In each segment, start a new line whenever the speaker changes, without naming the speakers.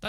大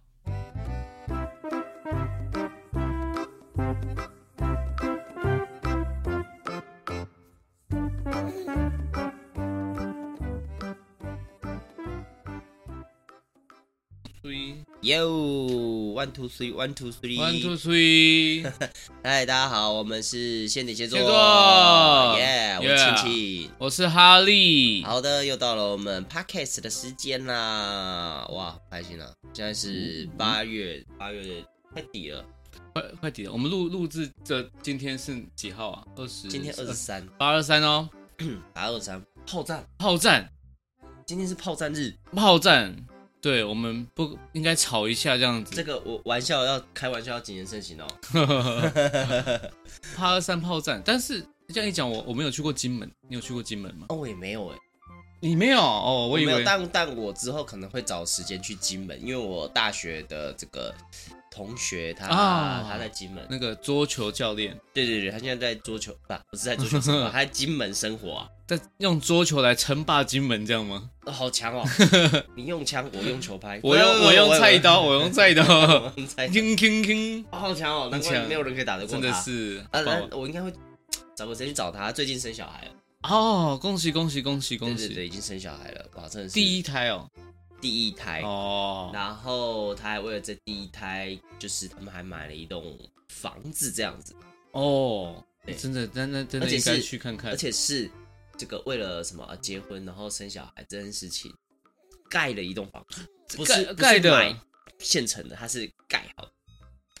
哟，one two three one two three
One two three，
嗨，大家好，我们是现点现做，
现做
耶，我
Yeah
是庆庆。
我是哈利。
好的，又到了我们 podcast 的时间啦！哇，开心了！现在是八月，八月快底了，
快快点，我们录录制这今天是几号啊？二十，
今天二十三，
八二三哦。
打二三炮战，
炮战，
今天是炮战日。
炮战，对我们不应该吵一下这样
这
子。
个我玩笑要开玩笑要谨言慎行哦。哦
八二三炮战，但是这样一讲，我我没有去过金门，你有去过金门吗？
哦，我也没有哎，
你没有哦，我以
没有，
为
但但我之后可能会找时间去金门，因为我大学的这个同学他、
啊
他在金门，
那个桌球教练
对对对，他现在在桌球，不、不是在桌 球生活，他在金门生活啊，
在用桌球来称霸金门，这样吗？
哦、好 强哦！你用枪，我用球拍，哎
我用
不是
我用菜，刀，我用 菜刀
我，用菜刀，
铿铿铿，
哦好强哦！难
很
怪
强
没有人可以打得过
真
他。
的是爆
啊，那我应该会找个时间去找他，最近生小孩了，
哦！恭喜恭喜恭喜恭
对对
喜！
对，已经生小孩了，哇，真的是
第一胎哦，
第一胎
哦，
然后他还为了这第一胎，就是他们还买了一栋房子这样子，
哦
对，
真的，那那真
而
的
且
应该
是
去看看
而。且是这个为了什么呃结婚然后生小孩这件事情，盖了一栋房子，不是
盖
不是
盖的
买现成的，他是盖好的，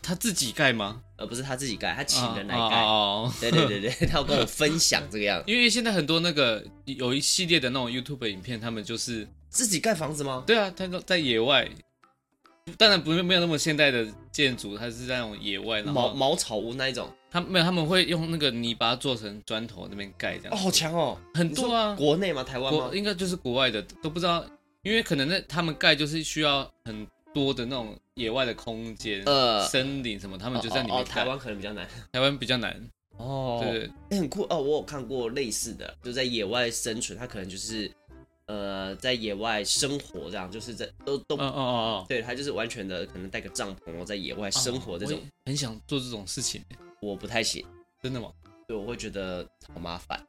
他自己盖吗？
而不是他自己盖，他请人来
哦
盖。
哦哦
对对对对， 他要跟我分享这个样子，
因为现在很多那个有一系列的那种 YouTube 影片，他们就是
自己盖房子吗？
对啊，他都在野外，当然不是没有那么现代的建筑，它是在那种野外，然
茅
后
茅草屋那一种，
他没有他们会用那个泥巴做成砖头那边盖这样
哦，，好强哦！
很多啊
你说，国内吗？台湾吗
国？应该就是国外的都不知道，因为可能那他们盖就是需要很多的那种野外的空间，
呃
森林什么，他们就在里
哦哦
面
哦
盖。
台湾可能比较难
台湾比较难，
哦
对对
欸、很酷哦，我有看过类似的，就在野外生存，他可能就是呃在野外生活这样，就是在都都、
哦哦哦哦，
对他就是完全的可能带个帐篷，我在野外生活这种，
哦我也很想做这种事情，欸
我不太行，
真的吗？
对，我会觉得好麻烦。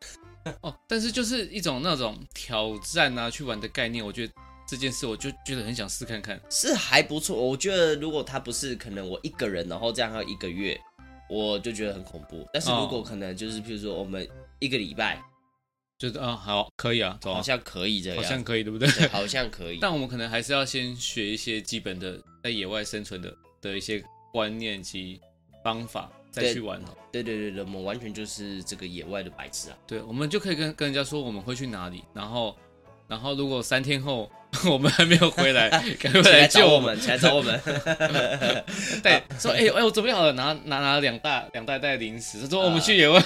哦，但是就是一种那种挑战啊，去玩的概念，我觉得这件事我就觉得很想试看看。
是还不错，我觉得如果他不是可能我一个人，然后这样要一个月，我就觉得很恐怖。但是如
哦
果可能就是譬如说我们一个礼拜，
就是啊、好，可以啊，走啊，
好像可以这
好像
样，
可以，对不对？
对好像可以。
但我们可能还是要先学一些基本的在野外生存的的一些观念及方法，再
对
去玩好。
对对对对，我们完全就是这个野外的白痴啊。
对，我们就可以跟跟人家说我们会去哪里，然后，然后如果三天后 我们还没有回来，赶快
起
来
来
救
找我
们
们，。啊起来找我们。
对，说哎、哎、我准备好了，拿拿拿两大两大袋零食，说我
啊
们去野外。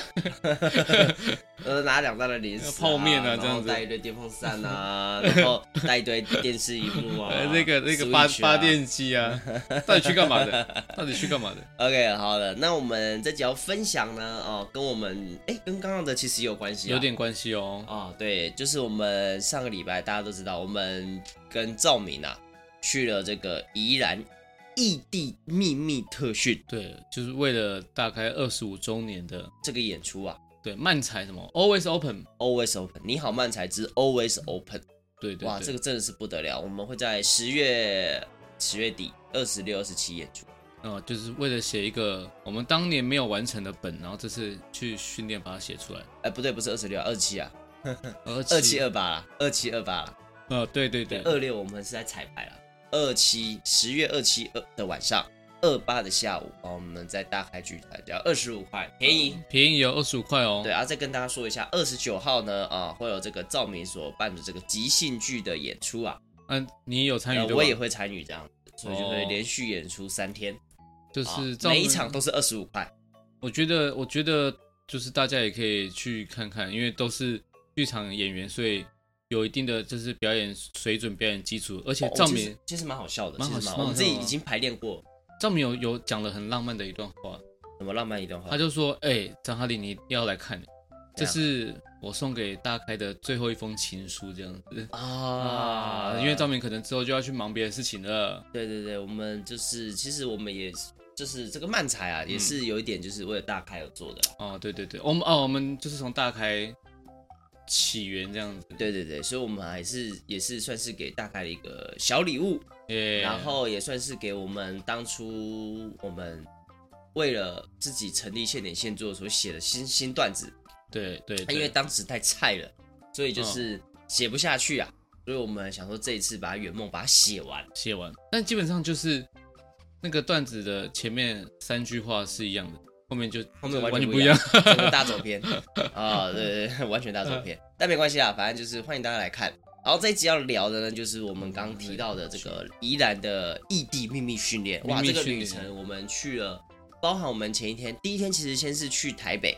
呃，拿两袋的零食、
泡面啊
啊，
这样子
然后带一堆电风扇 啊，然后带一堆电视荧幕啊
呃，，那个那个发
Switch 啊
发。电机啊，到底去干嘛的？到底去干 嘛的？
OK，好了，那我们这集要分享呢，哦，跟我们哎，跟刚刚的其实有关系、啊，
有点关系哦。
哦，对，就是我们上个礼拜大家都知道，我们跟赵明啊去了这个宜兰异地秘密特训
对，就是为了大概二十五周年的
这个演出啊
对漫才什么 Always Open，
，Always Open，你好漫才之 Always Open。
对对对，
哇，这个真的是不得了！我们会在十月十月底二十六、二十七演出，
呃，就是为了写一个我们当年没有完成的本，然后这次去训练把它写出来。
哎、不对，不是二十六，二十七啊，
而
二七，二八啦，二七二八啦。
呃，对对对，
二六我们是在彩排啦，二七十月二七二的晚上，二八的下午，哦，我们在大开剧团，只要二十五块，便宜。
便宜有二十五块哦。
对，啊，再跟大家说一下，二十九号呢，啊，会有这个赵明所办的这个即兴剧的演出啊，
嗯、你也有参与
呃
对吧？
我也会参与这样，所以就会
哦
连续演出三天，
就
啊
是照
每一
门
场，都是二十五块。
我觉得，我觉得就是大家也可以去看看，因为都是剧场演员，所以有一定的就是表演水准、表演基础，而且
哦
照
其
明、
实其实蛮好笑的，
蛮
其
好
实
蛮
蛮
好
我们自己
笑的
已经排练过，
赵敏有有讲了很浪漫的一段话，
什么浪漫一段话
他？就说：“哎、张哈林，你一定要来看，
怎
这
样
是我送给大开的最后一封情书，这样子
啊
因为赵敏可能之后就要去忙别的事情了。
对对对，我们就是其实我们也是就是这个漫才
嗯
啊，也是有一点就是为了大开而做的啦。
哦，对对对，我们哦，我们就是从大开起源这样子，
对对对，所以我们还是也是算是给大开的一个小礼物，
耶、
然后也算是给我们当初我们为了自己成立现点现做所写的新新段子，
对对嗯
因
对，
为当时太菜了，所以就是写不下去啊，所以我们想说这一次把它圆梦把它写完。
写完，但基本上就是那个段子的前面三句话是一样的，后面就
后面
完
完全
不
不
一
一
样 嗯
样。 整个大走偏啊、对对对， 完全大走偏。但没关系啊，反正就是欢迎大家来看。然后这一集要聊的呢，就是我们刚提到的这个宜兰的异地秘密训练。哇，
秘密
这个
训
旅
练
程我们去了，包含我们前一天，第一天其实先是去台北，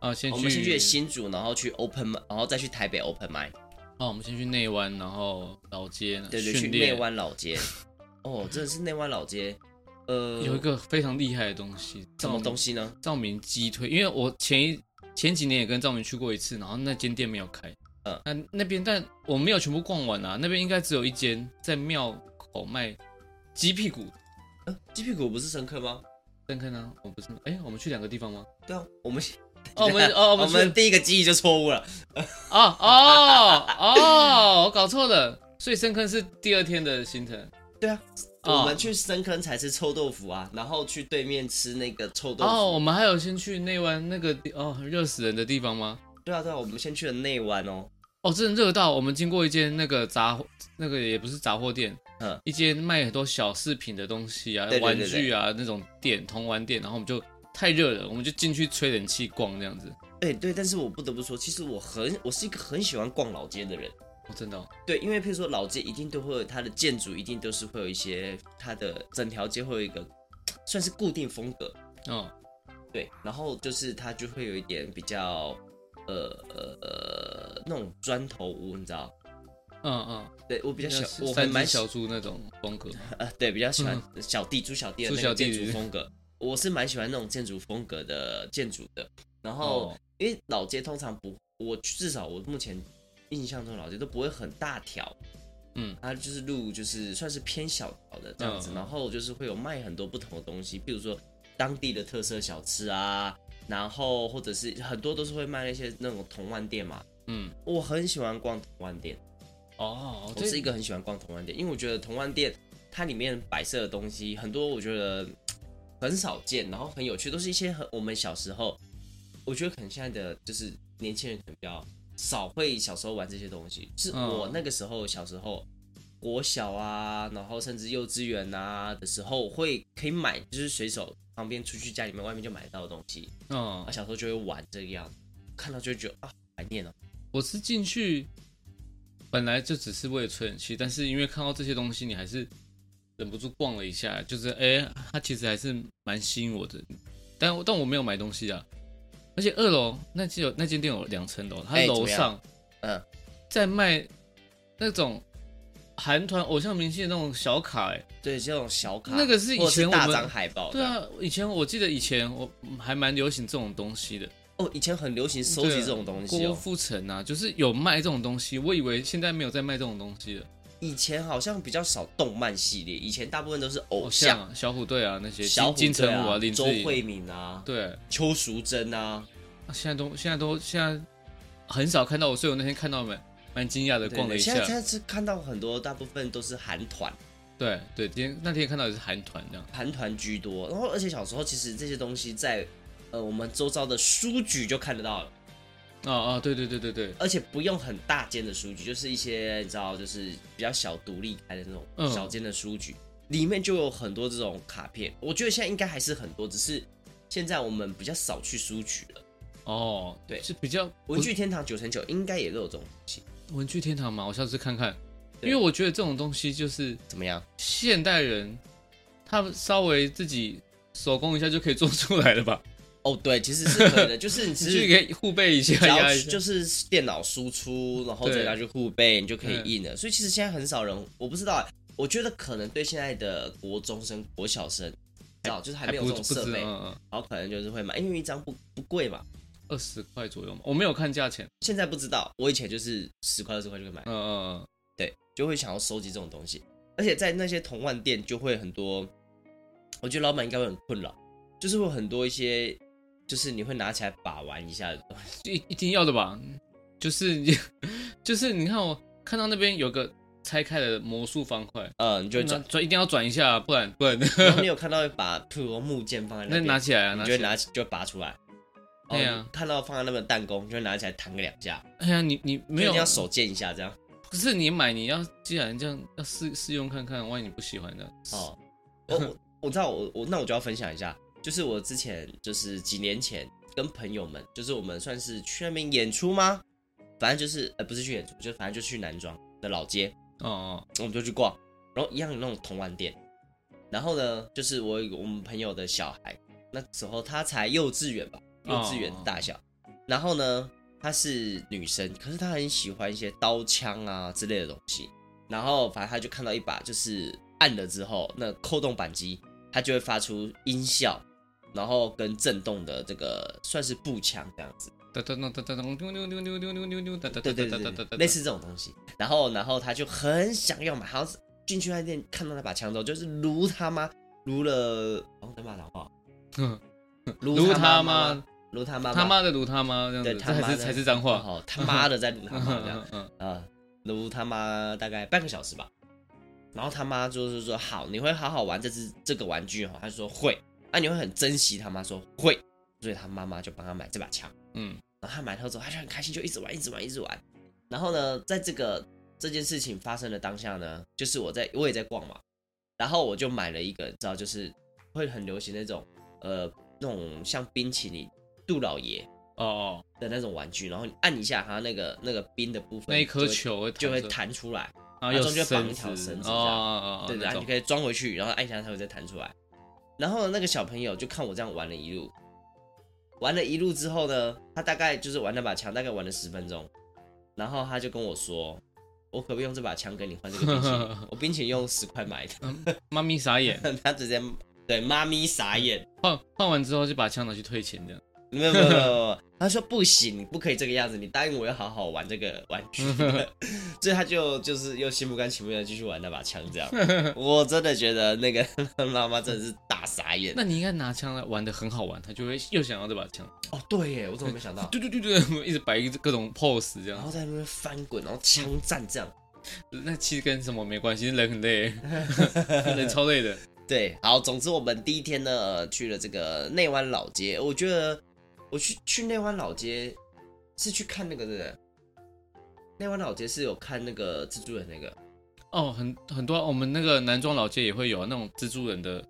啊，先
哦我
去
们先去了新竹，然后去 Open，Mi- 然后再去台北 Open m i
哦，我们先去内湾，然后老街
对对，去
训
内
练，
湾老街。哦，真的是内湾老街。呃，
有一个非常厉害的东西，
什么
赵
东西呢？
赵明鸡腿，因为我前一前几年也跟赵明去过一次，然后那间店没有开，
嗯
那那边但我没有全部逛完啊，那边应该只有一间在庙口卖鸡屁股，
呃鸡屁股不是深刻吗？
但看呢，我不是，哎、我们去两个地方 吗？
对啊，我们
哦，我们哦，
啊我
们
们第一个记忆就错误了。
哦哦哦，我搞错了，所以深坑是第二天的行程，
对啊，
哦
我们去深坑才吃臭豆腐啊，然后去对面吃那个臭豆腐。
哦，我们还有先去内湾那个地哦热死人的地方吗？
对啊，对啊，我们先去了内湾哦。
哦，真的热到我们经过一间那个杂货，那个也不是杂货店，
嗯
一间卖很多小饰品的东西啊、
对对对
玩具啊那种店，童玩店，然后我们就太热了，我们就进去吹冷气逛这样子。
对对，但是我不得不说，其实我很，我是一个很喜欢逛老街的人。
哦，真的、哦，
对，因为譬如说老街一定都会有它的建筑，一定都是会有一些它的整条街会有一个算是固定风格。
嗯，
对，然后就是它就会有一点比较呃呃呃那种砖头屋，你知道？
嗯嗯，
对我比较喜欢，我还
三
蛮
只
喜
小猪那种风格。
呃，对，比较喜欢小弟猪小弟
嗯
的
猪
那个
小弟
建筑风格，我是蛮喜欢那种建筑风格的建筑的。然后、
哦
因为老街通常不，我至少我目前印象中老街都不会很大条，
嗯，
它就是路就是算是偏小条的这样子，
嗯
然后就是会有卖很多不同的东西，比如说当地的特色小吃啊，然后或者是很多都是会卖那些那种同玩店嘛。
嗯，
我很喜欢逛同玩店，
哦，
我是一
这
个很喜欢逛同安店，因为我觉得同安店它里面摆设的东西很多，我觉得嗯很少见，然后很有趣，都是一些很我们小时候，我觉得可能现在的就是年轻人可能比较少会小时候玩这些东西，是
嗯
我那个时候小时候。国小啊，然后甚至幼稚园啊的时候，会可以买，就是随手旁边出去家里面外面就买得到的东西，
嗯
啊，，小时候就会玩这个样子，看到就会觉得啊，怀念哦。
我是进去本来就只是为了吹冷气，但是因为看到这些东西，你还是忍不住逛了一下，就是哎、它其实还是蛮吸引我的。但但我没有买东西啊，而且二楼那间有那间店有两层楼，它
哎
楼
怎么
上
嗯，
在卖那种韩团偶像明星的那种小卡、哎，
对，这种小卡，
那个是以
或者
前我
大
们
张海报，
对啊，以前我记得以前我嗯还蛮流行这种东西的，
哦，以前很流
嗯
行收
啊
集这种东西
郭
哦。
富城啊，就是有卖这种东西，我以为现在没有在卖这种东西了。
以前好像比较少动漫系列，以前大部分都是偶
偶
哦像，
像啊，小虎队啊那些，金
小虎
金城
队
武啊，
啊、
林志
周
颖，
慧敏啊、
对，
邱淑贞啊，
那现在都现在都现在很少看到我，所以我那天看到蛮蛮惊讶的，
对
逛了一下
现在，现在是看到很多，大部分都是韩团，
对对，今天那天看到也是韩团这样，
韩团居多。然后，而且小时候其实这些东西在呃我们周遭的书局就看得到了，
哦哦，对对对对对，
而且不用很大间的书局，就是一些你知道，就是比较小独立开的那
嗯
种小间的书局，里面就有很多这种卡片。我觉得现在应该还是很多，只是现在我们比较少去书局了。
哦，
对
是比较
文具天堂九乘九应该也都有这种东西，
文具天堂嘛，我下次看看，因
对
为我觉得这种东西就是
怎么样？
现代人，他们稍微自己手工一下就可以做出来了 吧，
哦，对，其 实是可以的，就是你只
就是是可以互背一下
只
压
要
一下，
就是电脑输出，然后再
对
拿去互背，你就可以
对
印了。所以其实现在很少人，我不知道欸，我觉得可能对现在的国中生、国小生，知道就是还没有
不
这
不止
种设备，然
嗯
后可能就是会买，因为一张不不贵嘛。
二十块左右嘛，我没有看价钱，
现在不知道，我以前就是十块二十块就可以买，
嗯嗯
对，就会想要收集这种东西。而且在那些同万店就会很多，我觉得老板应该会很困扰，就是会有很多一些，就是你会拿起来把玩一下的东西。
嗯，一一定要的吧，就是 就是你看我看到那边有个拆开的魔术方块，
呃，你就会
转
转。
转一定要转一下，啊不然不然
然后你有看到一把，譬如说木剑放 在
那
那
拿
边，
起来啊，
你
拿
就
起
会
来，
拿起就会拔出来。
对啊
哦你看到放在那边的弹弓，就会拿起来弹个两下，
哎呀，你你没
就一
有
定要手贱一下这样。
可是你买，你要既然这样，要试试用看看，万一你不喜欢的，
哦，我我我知道，我我那我就要分享一下，就是我之前就是几年前跟朋友们，就是我们算是去那边演出吗？反正就是呃不是去演出，就反正就去南庄的老街，
哦哦，
我们就去逛，然后一样有那种童玩店。然后呢，就是我有一个我们朋友的小孩，那时候他才幼稚园吧，幼稚园的大小。然后呢，她是女生，可是她很喜欢一些刀枪啊之类的东西。然后反正她就看到一把，就是按了之后，那扣动扳机，它就会发出音效，然后跟震动的这个算是步枪这样子。
哒哒哒哒哒咚丢丢丢丢丢丢丢丢哒哒哒
对
哒
对
哒
对
哒
对
哒哒，
对，类似这种东西。然后，然后他就很想要买，好像是进去那店看到那把枪之后，就是撸他妈，撸了，哦，他妈的话，
撸他
妈
妈
妈，撸他妈
嗯他，妈的撸他妈这样
对
子，
他
这
妈
还是
的
才是脏话，
哦，他妈的在撸他
嗯
妈这样
嗯嗯，
啊，撸他妈大概半个小时吧。然后他妈就是说，好，你会好好玩这只这个玩具哦，他就说会，啊，你会很珍惜。他妈说会，所以他妈妈就帮他买这把枪。
嗯
然后他买到之后，他就很开心，就一直玩，一直玩，一直玩。然后呢，在这个这件事情发生的当下呢，就是我在我也在逛嘛，然后我就买了一个，你知道，就是会很流行那种呃那种像冰淇淋杜老爷
哦哦，
的那种玩具，然后你按一下它那个那个冰的部分，
那一颗
就会
球会
就会
弹射，
弹出来，
然后有
中间绑一条
绳
绳子
哦哦哦，
对
那
对，然后
种
你可以装回去，然后按一下它会再弹出来。然后那个小朋友就看我这样玩了一路，玩了一路之后呢，他大概就是玩那把枪，大概玩了十分钟，然后他就跟我说：“我可不可以用这把枪跟你换这个冰淇淋？我冰淇淋用十块买的。
妈咪傻眼，”
他直接对妈咪傻眼，
换换完之后就把枪拿去退钱这样，
没有没有没有没有，他说不行，你不可以这个样子，你答应我要好好玩这个玩 具，所以他就就是又心不甘情不愿的继续玩那把枪，这样，我真的觉得那个妈妈真的是大傻眼。
那你应该拿枪来玩的很好玩，他就会又想要这把枪，
哦，对耶，我怎么没想到？
对对对对，一直摆一个各种 pose 这
然
样，
后在那边翻滚，然后枪战这样。
那其实跟什么没关系，人很 累，人超累的，
对，好，总之我们第一天呢，呃去了这个内湾老街，我觉得我去去内湾老街是去看那个对不对？内湾老街是有看那个蜘蛛人那个，
哦，很很多啊，我们那个南庄老街也会有啊那种蜘蛛人的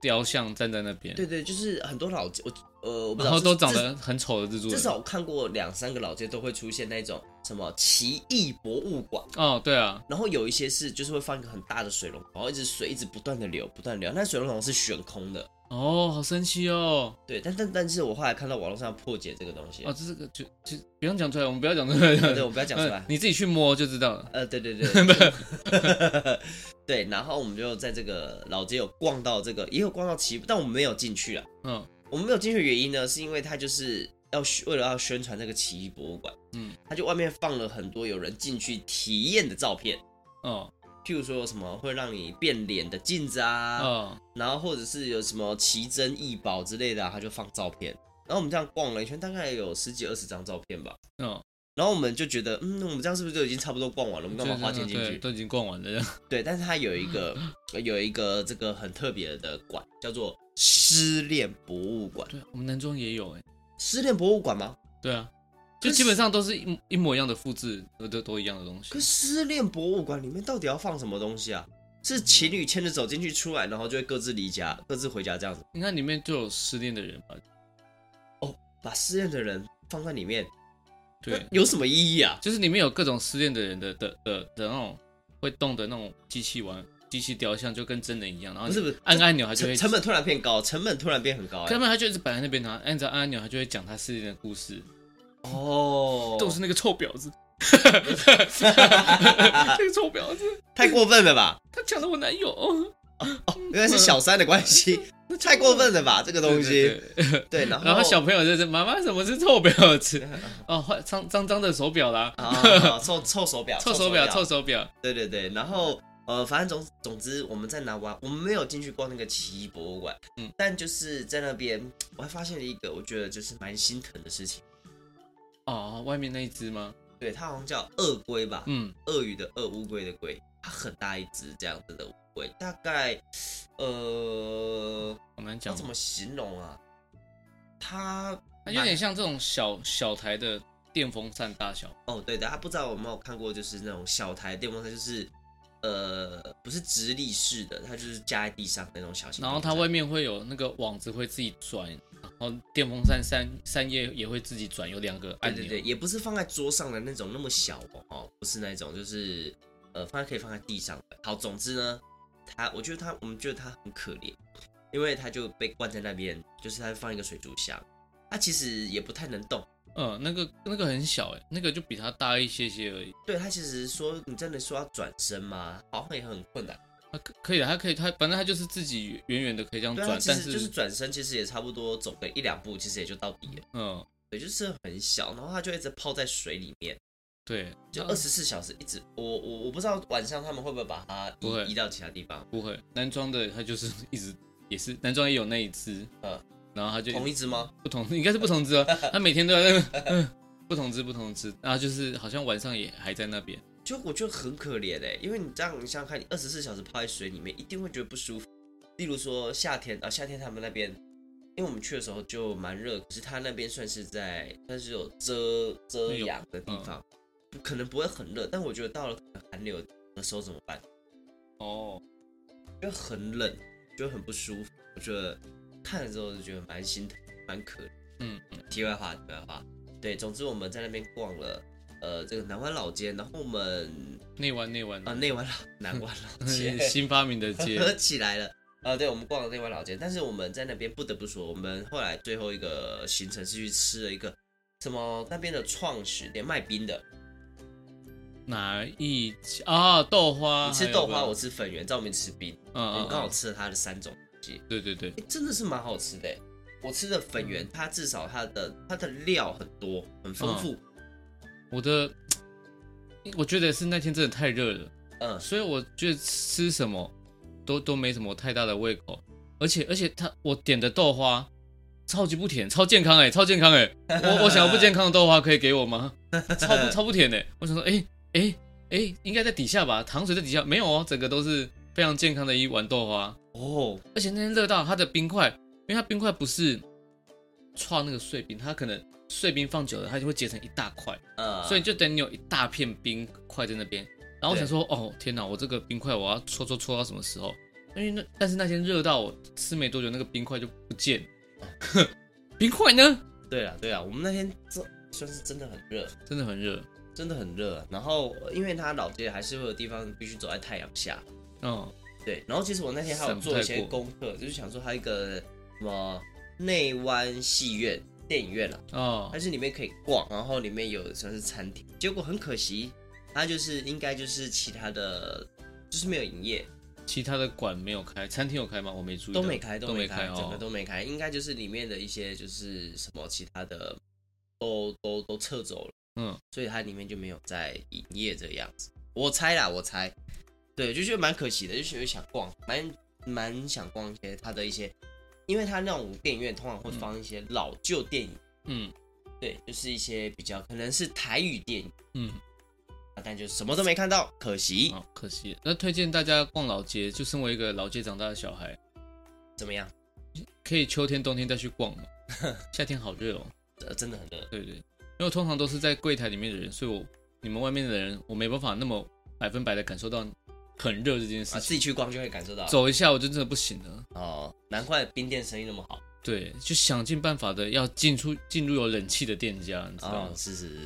雕像站在那边，
对对，就是很多老街，我呃我不知
然
道，
后都
至
长得很丑的蜘蛛
至
人。
至少我看过两三个老街都会出现那种什么奇异博物馆。
哦，对啊，
然后有一些是就是会放一个很大的水龙头，然后一直水一直不断的流，不断地流。那水龙头是悬空的，
哦，好神奇哦，
对，但但但是我后来看到网络上破解这个东西，
哦，这是个就就不用讲出来，我们不要讲出来，
对，我不要讲出
嗯
来。
你自己去摸就知道了。
呃，对 对对， 对，然后我们就在这个老街有逛到这个，也有逛到奇，但我们没有进去啊。
嗯，
我们没有进去的原因呢，是因为它就是要宣为了要宣传这个奇异博物馆，
嗯，
它就外面放了很多有人进去体验的照片，
哦，
譬如说有什么会让你变脸的镜子啊，
哦，
然后或者是有什么奇珍异宝之类的、啊，他就放照片。然后我们这样逛了一圈，大概有十几二十张照片吧。
哦，
然后我们就觉得，嗯，我们这样是不是就已经差不多逛完了？我们干嘛
对
花钱进
对
去？
都已经逛完了这样。
对，但是它有一个呃有一个这个很特别的馆，叫做失恋博物馆。
对，我们南庄也
欸
有哎。
失恋博物馆吗？
对啊，就基本上都是一一模一样的复制，都都都一样的东西
可。失恋博物馆里面到底要放什么东西啊？是情侣牵着手进去，出来然后就会各自离家，各自回家这样子，
你看里面就有失恋的人吧？
把失恋的人放在里面，
对，
有什么意义啊？
就是里面有各种失恋的人的的的的那种会动的那种机器玩机器雕像，就跟真人一样。然后
不是不是，
啊按按钮，它就
成
会
成本突然变高，成本突然变很高、
他
欸。
们他就一直摆在那边，然后按照按钮，他就会讲他失恋的故事，
哦
都是那个臭婊子， 这个臭婊子，
太过分了吧？
他抢了我男友，
哦，原来是小三的关 系，太过分了吧？这个东
对
西，
对对
对，然后
然后小朋友就是妈妈，什么是臭婊子？哦，换脏脏脏的手表啦，
啊，臭臭 手表，
臭手表，臭手表，
对对对，然后呃，反正总总之，我们在南湾，我们没有进去逛那个奇异博物馆，
嗯
但就是在那边，我还发现了一个我觉得就是蛮心疼的事情，
哦，外面那一只吗？
对，它好像叫鳄龟吧，
嗯，
鳄鱼的鳄，乌龟的龟，它很大一只这样子的乌龟，大概呃，
好难
要
讲
怎，么形容啊？它
它有点像这种小小台的电风扇大小，
哦，对的，他不知道有没有看过，就是那种小台电风扇，就是呃，不是直立式的，它就是架在地上那种小型电风扇。
然后它外面会有那个网子会自己转，然后电风扇扇扇叶也会自己转，有两个
对
按
对
钮。
对，也不是放在桌上的那种那么小哦，哦不是那种，就是呃，放在可以放在地上的。好，总之呢，他我觉得他，我们觉得他很可怜，因为他就被关在那边，就是他放一个水族箱，他其实也不太能动。
嗯，那个那个很小哎、那个就比它大一些些而已。
对他其实说，你真的说要转身吗？好像也很困难。
它可可以的，它可以，它反正它就是自己远远的可以这样
对啊，
转，
其
但
实就是转身，其实也差不多走个一两步，其实也就到底了。
嗯，
对，就是很小，然后他就一直泡在水里面，
对，
就
它
二十四小时一直。我我我不知道晚上他们会不会把它
不会
移移到其他地方，
不会男装的，它就是 一直也是男装也有那一只，
嗯
然后它就
同一只吗？
不同， 应该是不同只哦，它每天都在那 边，嗯，不同只不同只，然后就是好像晚上也还在那边。
就我觉得很可怜哎、因为你这样你想想看，你二十四小时泡在水里面，一定会觉得不舒服。例如说夏天啊，夏天他们那边，因为我们去的时候就蛮热，可是他那边算是在算是有遮遮阳的地方，不可能不会很热，但我觉得到了可能寒流的时候怎么办？
哦，
就很冷，就很不舒服。我觉得看了之后就觉得蛮心疼，蛮可怜。
嗯，
题外话，题外话，对，总之我们在那边逛了。呃，这个南湾老街，然后我们
内湾内湾
啊，内湾老南湾老街
新发明的嗯街，
合起来了。啊，对，我们逛了内湾老街，但是我们在那边不得不说，我们后来最后一个行程是去吃了一个什么那边的创始店卖冰的，
哪一家啊？豆花，
你吃
还有
豆
吧
花，我吃粉圆，在我们吃冰，
嗯嗯
我
嗯
们刚好吃了它的三种，
对对对，
诶真的是蛮好吃的诶。欸我吃的粉
嗯
圆，它至少它的它的料很多，很丰富，
我的，我觉得是那天真的太热了，
嗯，
所以我觉得吃什么都都没什么太大的胃口，而且而且它我点的豆花超级不甜，超健康哎、超健康哎、我我想要不健康的豆花可以给我吗？超不超不甜哎、我想说哎哎哎，应该在底下吧，糖水在底下没有哦，整个都是非常健康的一碗豆花，
哦，
而且那天热到它的冰块，因为它冰块不是串那个碎冰，它可能碎冰放久了它就会结成一大块。
呃，
所以就等你有一大片冰块在那边。然后我想说，哦天哪，我这个冰块我要搓搓搓到什么时候？因为那但是那天热到我吃没多久，那个冰块就不见了。 冰块呢？
对了对了，我们那天这算是真的很热，
真的很热。
真的很热。然后呃因为它老街还是会有地方必须走在太阳下，哦
嗯，
对。然后其实我那天还有
散不
做一
太
些
过
功课，就是想说它一个什么内湾戏院电影院啊，
哦
但，是里面可以逛，然后里面有像是餐厅。结果很可惜，它就是应该就是其他的，就是没有营业，
其他的馆没有开，餐厅有开吗？我没注意到，
都没开，
都
没
开
整个
哦。
都没开。应该就是里面的一些就是什么其他的都都都撤走了。
嗯，
所以它里面就没有在营业这个样子。我猜啦，我猜，对，就觉得蛮可惜的，就觉得想逛，蛮蛮想逛一些它的一些，因为它那种电影院通常会放一些老旧电影，
嗯
对，就是一些比较可能是台语电影，
嗯，
但就什么都没看到，可惜。
好可惜。那推荐大家逛老街，就身为一个老街长大的小孩，
怎么样？
可以秋天、冬天再去逛 嘛。夏天好热哦。
呃，真的很热，
对对，因为我通常都是在柜台里面的人，所以我你们外面的人，我没办法那么百分百的感受到很热这件
啊，
事
自
情。
己去逛就会感受到。
走一下我就真的不行了，
哦，难怪冰店生意那么好。
对，就想尽办法的要进出进入有冷气的店家，你知道吗，？
哦是是是，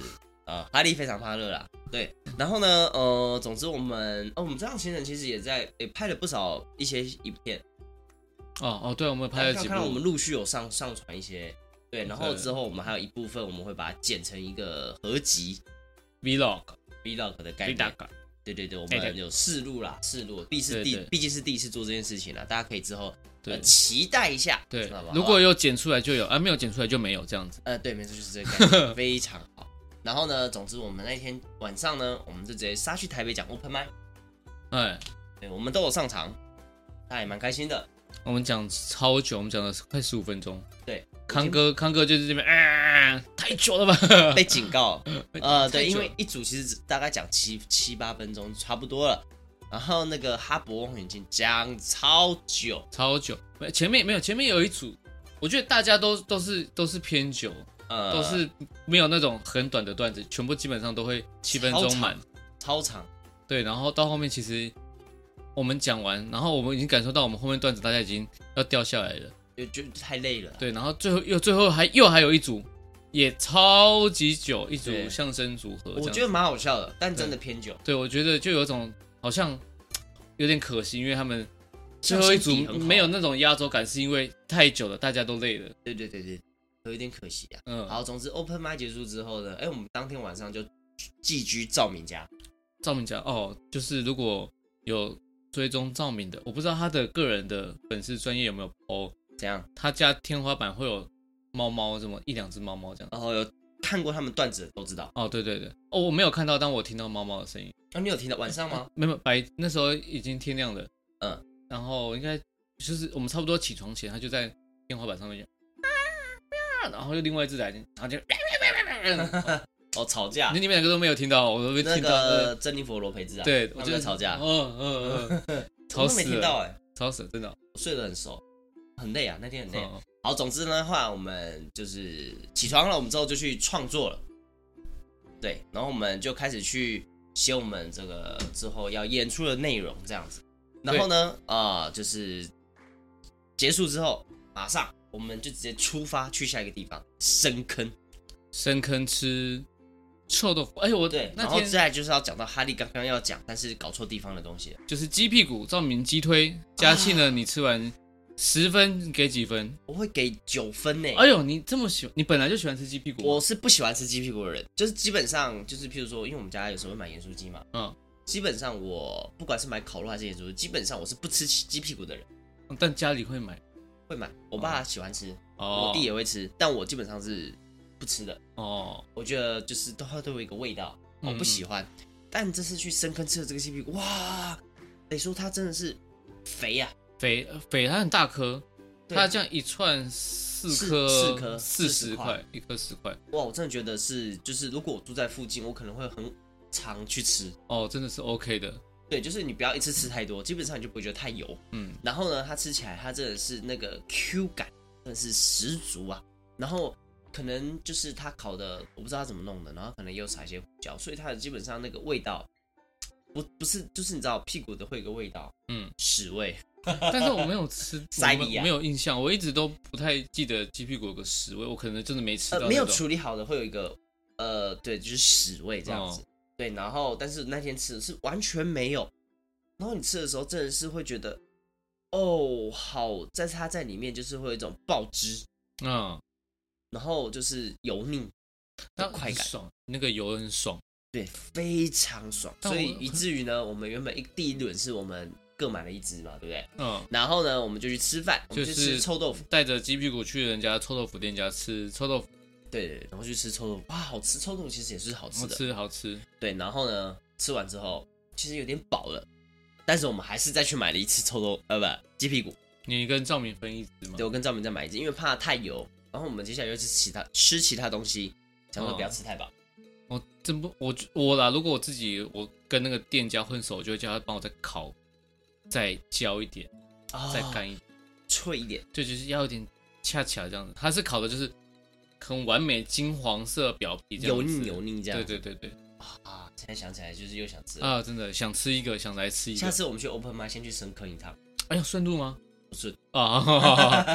呃，哈利非常怕热啦。对，然后呢，呃，总之我们，哦，我们这趟行程其实也在也拍了不少一些影片，
哦哦，对，我们拍了
看
几
哎看到我
部
们，陆续有上上传一些，对，然后
对
之后我们还有一部分我们会把它剪成一个合集，
vlog
vlog 的概
vlog
念。对对对，我
哎
们
对
有试录啦，试录，第一次
对
第
对
毕竟是第一次做这件事情啦，大家可以之后呃
对
期待一下，
对
知道吧，
如
好吧
果有剪出来就有，啊，没有剪出来就没有这样子。
呃，对，没错，就是这个感 觉，非常好。然后呢，总之我们那天晚上呢，我们就直接杀去台北讲 open mic，
哎，
对，我们都有上场，那也蛮开心 的。
我们讲超久，我们讲了快十五分钟。
对，
康哥，康哥就是这边，啊，太久了吧？
被警告，呃，对，
太久
因为一组其实只大概讲七七八分钟，差不多了。然后那个哈勃望远镜讲超久，
超久，没前面没有，前面有一组，我觉得大家都都是都是偏久，
呃，
都是没有那种很短的段子，全部基本上都会七分
超
钟
长
满。
超长，
对，然后到后面其实我们讲完，然后我们已经感受到我们后面段子大家已经要掉下来了。
就就太累了。
对，然后最后又最后还又还有一组也超级久，一组
对
相声组合这样子。
我觉得蛮好笑的，但真的偏久。
对，我觉得就有一种好像有点可惜，因为他们最后一组
相声比很好
没有那种压轴感，是因为太久了，大家都累了。
对对对对，有一点可惜啊。
嗯，
好，总之 open mic 结束之后呢，哎，我们当天晚上就寄居赵敏家。
赵敏讲哦，就是如果有追踪赵敏的，我不知道他的个人的粉丝专业有没有哦，
怎样？
他家天花板会有猫猫，这么一两只猫猫这样。
然后有看过他们段子的都知道。
哦，对对对，哦，我没有看到，但我听到猫猫的声音。
啊，你有听到晚上 吗？
没有白，那时候已经天亮了，
嗯，
然后应该就是我们差不多起床前，他就在天花板上面讲，啊啊然后又另外一只来，然后就，
哦，吵架
那。你们两个都没有听到，我都没
那
听到，呃
个珍妮佛罗培兹啊，
对，
他
我
们
觉
在
得
吵架，
嗯嗯嗯嗯，吵
我都没
死
听
了，
到哎，
吵死了，真的，
我睡得很熟，很累啊，那天很累。
嗯
好，总之呢，后来我们就是起床了，我们之后就去创作了，对，然后我们就开始去写我们这个之后要演出的内容这样子。然后呢，啊，就是结束之后，马上我们就直接出发去下一个地方深坑。
深坑吃臭豆腐，哎我
对，
那
然后接
天
下来就是要讲到哈利刚刚要讲，但是搞错地方的东西了。
就是鸡屁股，照明鸡推，
啊
嘉庆呢，你吃完十分给几分？
我会给九分欸呢、
哎呦，你这么喜，你本来就喜欢吃鸡屁股吗，
我是不喜欢吃鸡屁股的人，就是基本上就是譬如说，因为我们家有时候会买盐酥鸡嘛，
嗯，
基本上我不管是买烤肉还是盐酥鸡，基本上我是不吃鸡屁股的人，
但家里会买。
会买。我爸喜欢吃，
哦，
我弟也会吃，但我基本上是不吃的。
哦，
我觉得就是都它都有一个味道，我
嗯
不喜欢。但这次去深坑吃的这个鸡屁股，哇，得说它真的是肥啊呀、
肥肥它很大颗，
对
它这样一串四颗，
四四颗
四
40
十
块
块，一颗十块。
哇，我真的觉得是，就是如果我住在附近，我可能会很常去吃。
哦，真的是 OK 的，
对，就是你不要一次吃太多，基本上你就不会觉得太油。
嗯，
然后呢，它吃起来它真的是那个 Q 感真的是十足啊。然后可能就是它烤的，我不知道它怎么弄的，然后可能也有撒一些胡椒，所以它的基本上那个味道不不是就是你知道屁股的会有个味道，
嗯，
屎味。
但是我没有吃，我
塞
没
里
有
啊
没有印象，我一直都不太记得鸡屁股有个屎味，我可能真的没吃到
呃
那，种。
没有处理好的会有一个呃，对，就是屎味这样子。
哦
对，然后但是那天吃的是完全没有，然后你吃的时候真的是会觉得，哦，好，在它在里面就是会有一种爆汁，
嗯，
然后就是油腻
它
的快
很
感，
爽，那个油很爽。
对，非常爽。
但
所
我
以以至于呢，我们原本一第一轮是我们各买了一只嘛，对不对？
嗯，
然后呢，我们就去吃饭，我们
就
去
是
吃臭豆腐，
带着鸡屁股去人家臭豆腐店家吃臭豆腐，
对对，对然后去吃臭豆腐，哇，好吃！臭豆腐其实也是好吃
好
的，
吃好吃。
对，然后呢，吃完之后其实有点饱了，但是我们还是再去买了一次臭豆，呃，不，鸡屁股。
你跟赵敏分一只吗
对，？我跟赵明再买一只，因为怕太油。然后我们接下来又吃其他吃其他东西，想说不要吃太饱。
我真不，我就我啦，如果我自己我跟那个店家混熟，我就会叫他帮我再烤，再焦一点，
哦
再干一点，
脆一点，
就就是要有点恰恰这样子。它是烤的，就是很完美金黄色表皮这样
油
子，
腻油腻这样
对
子。
对对对
啊，现在想起来就是又想吃了。
啊，真的想吃一个，想来吃一
下
个。
次我们去 Open m i 先去深坑一趟，
哎呀，顺路吗？
不顺，
啊，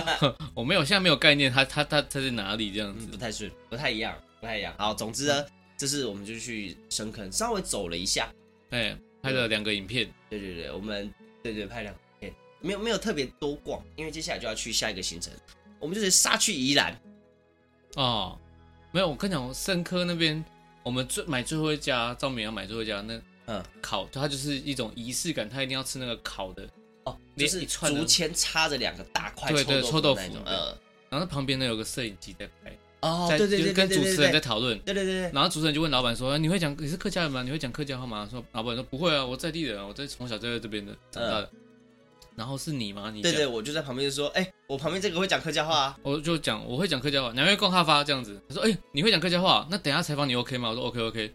我没有，现在没有概念，它它它它在哪里这样
嗯
子
不？太顺，不太一样，不太一样。好，总之呢，这次我们就去深坑，稍微走了一下。嗯
哎，拍了两个影片，
对对对，我们对对拍两片，没有没有特别多逛，因为接下来就要去下一个行程，我们就是杀去宜兰。
哦，没有，我跟你讲，我深科那边我们最买最后一家，赵敏要买最后一家那
嗯
烤，它就是一种仪式感，它一定要吃那个烤的，
哦，就
连
是
一串的
竹签插着两个大块
对对
臭
臭豆
腐
腐
那种，
对
嗯，
然后旁边呢有个摄影机在拍，
哦，
在
对对
就
对，
跟
对
主持人在，
对
讨论，
对对对对对，
然后主持人就问老板说：“你会讲你是客家人吗？你会讲客家话吗？”说老板说：“不会啊，我在地人啊，我在从小就在这边的长大的。然后是你吗？你
嗯对
讲
对，我就在旁边就说，哎，我旁边这个会讲客家话啊，
我就讲我会讲客家话，你会逛哈发这样子。他说：“哎、你会讲客家话？那等一下采访你 OK 吗？”我说：“OK OK。”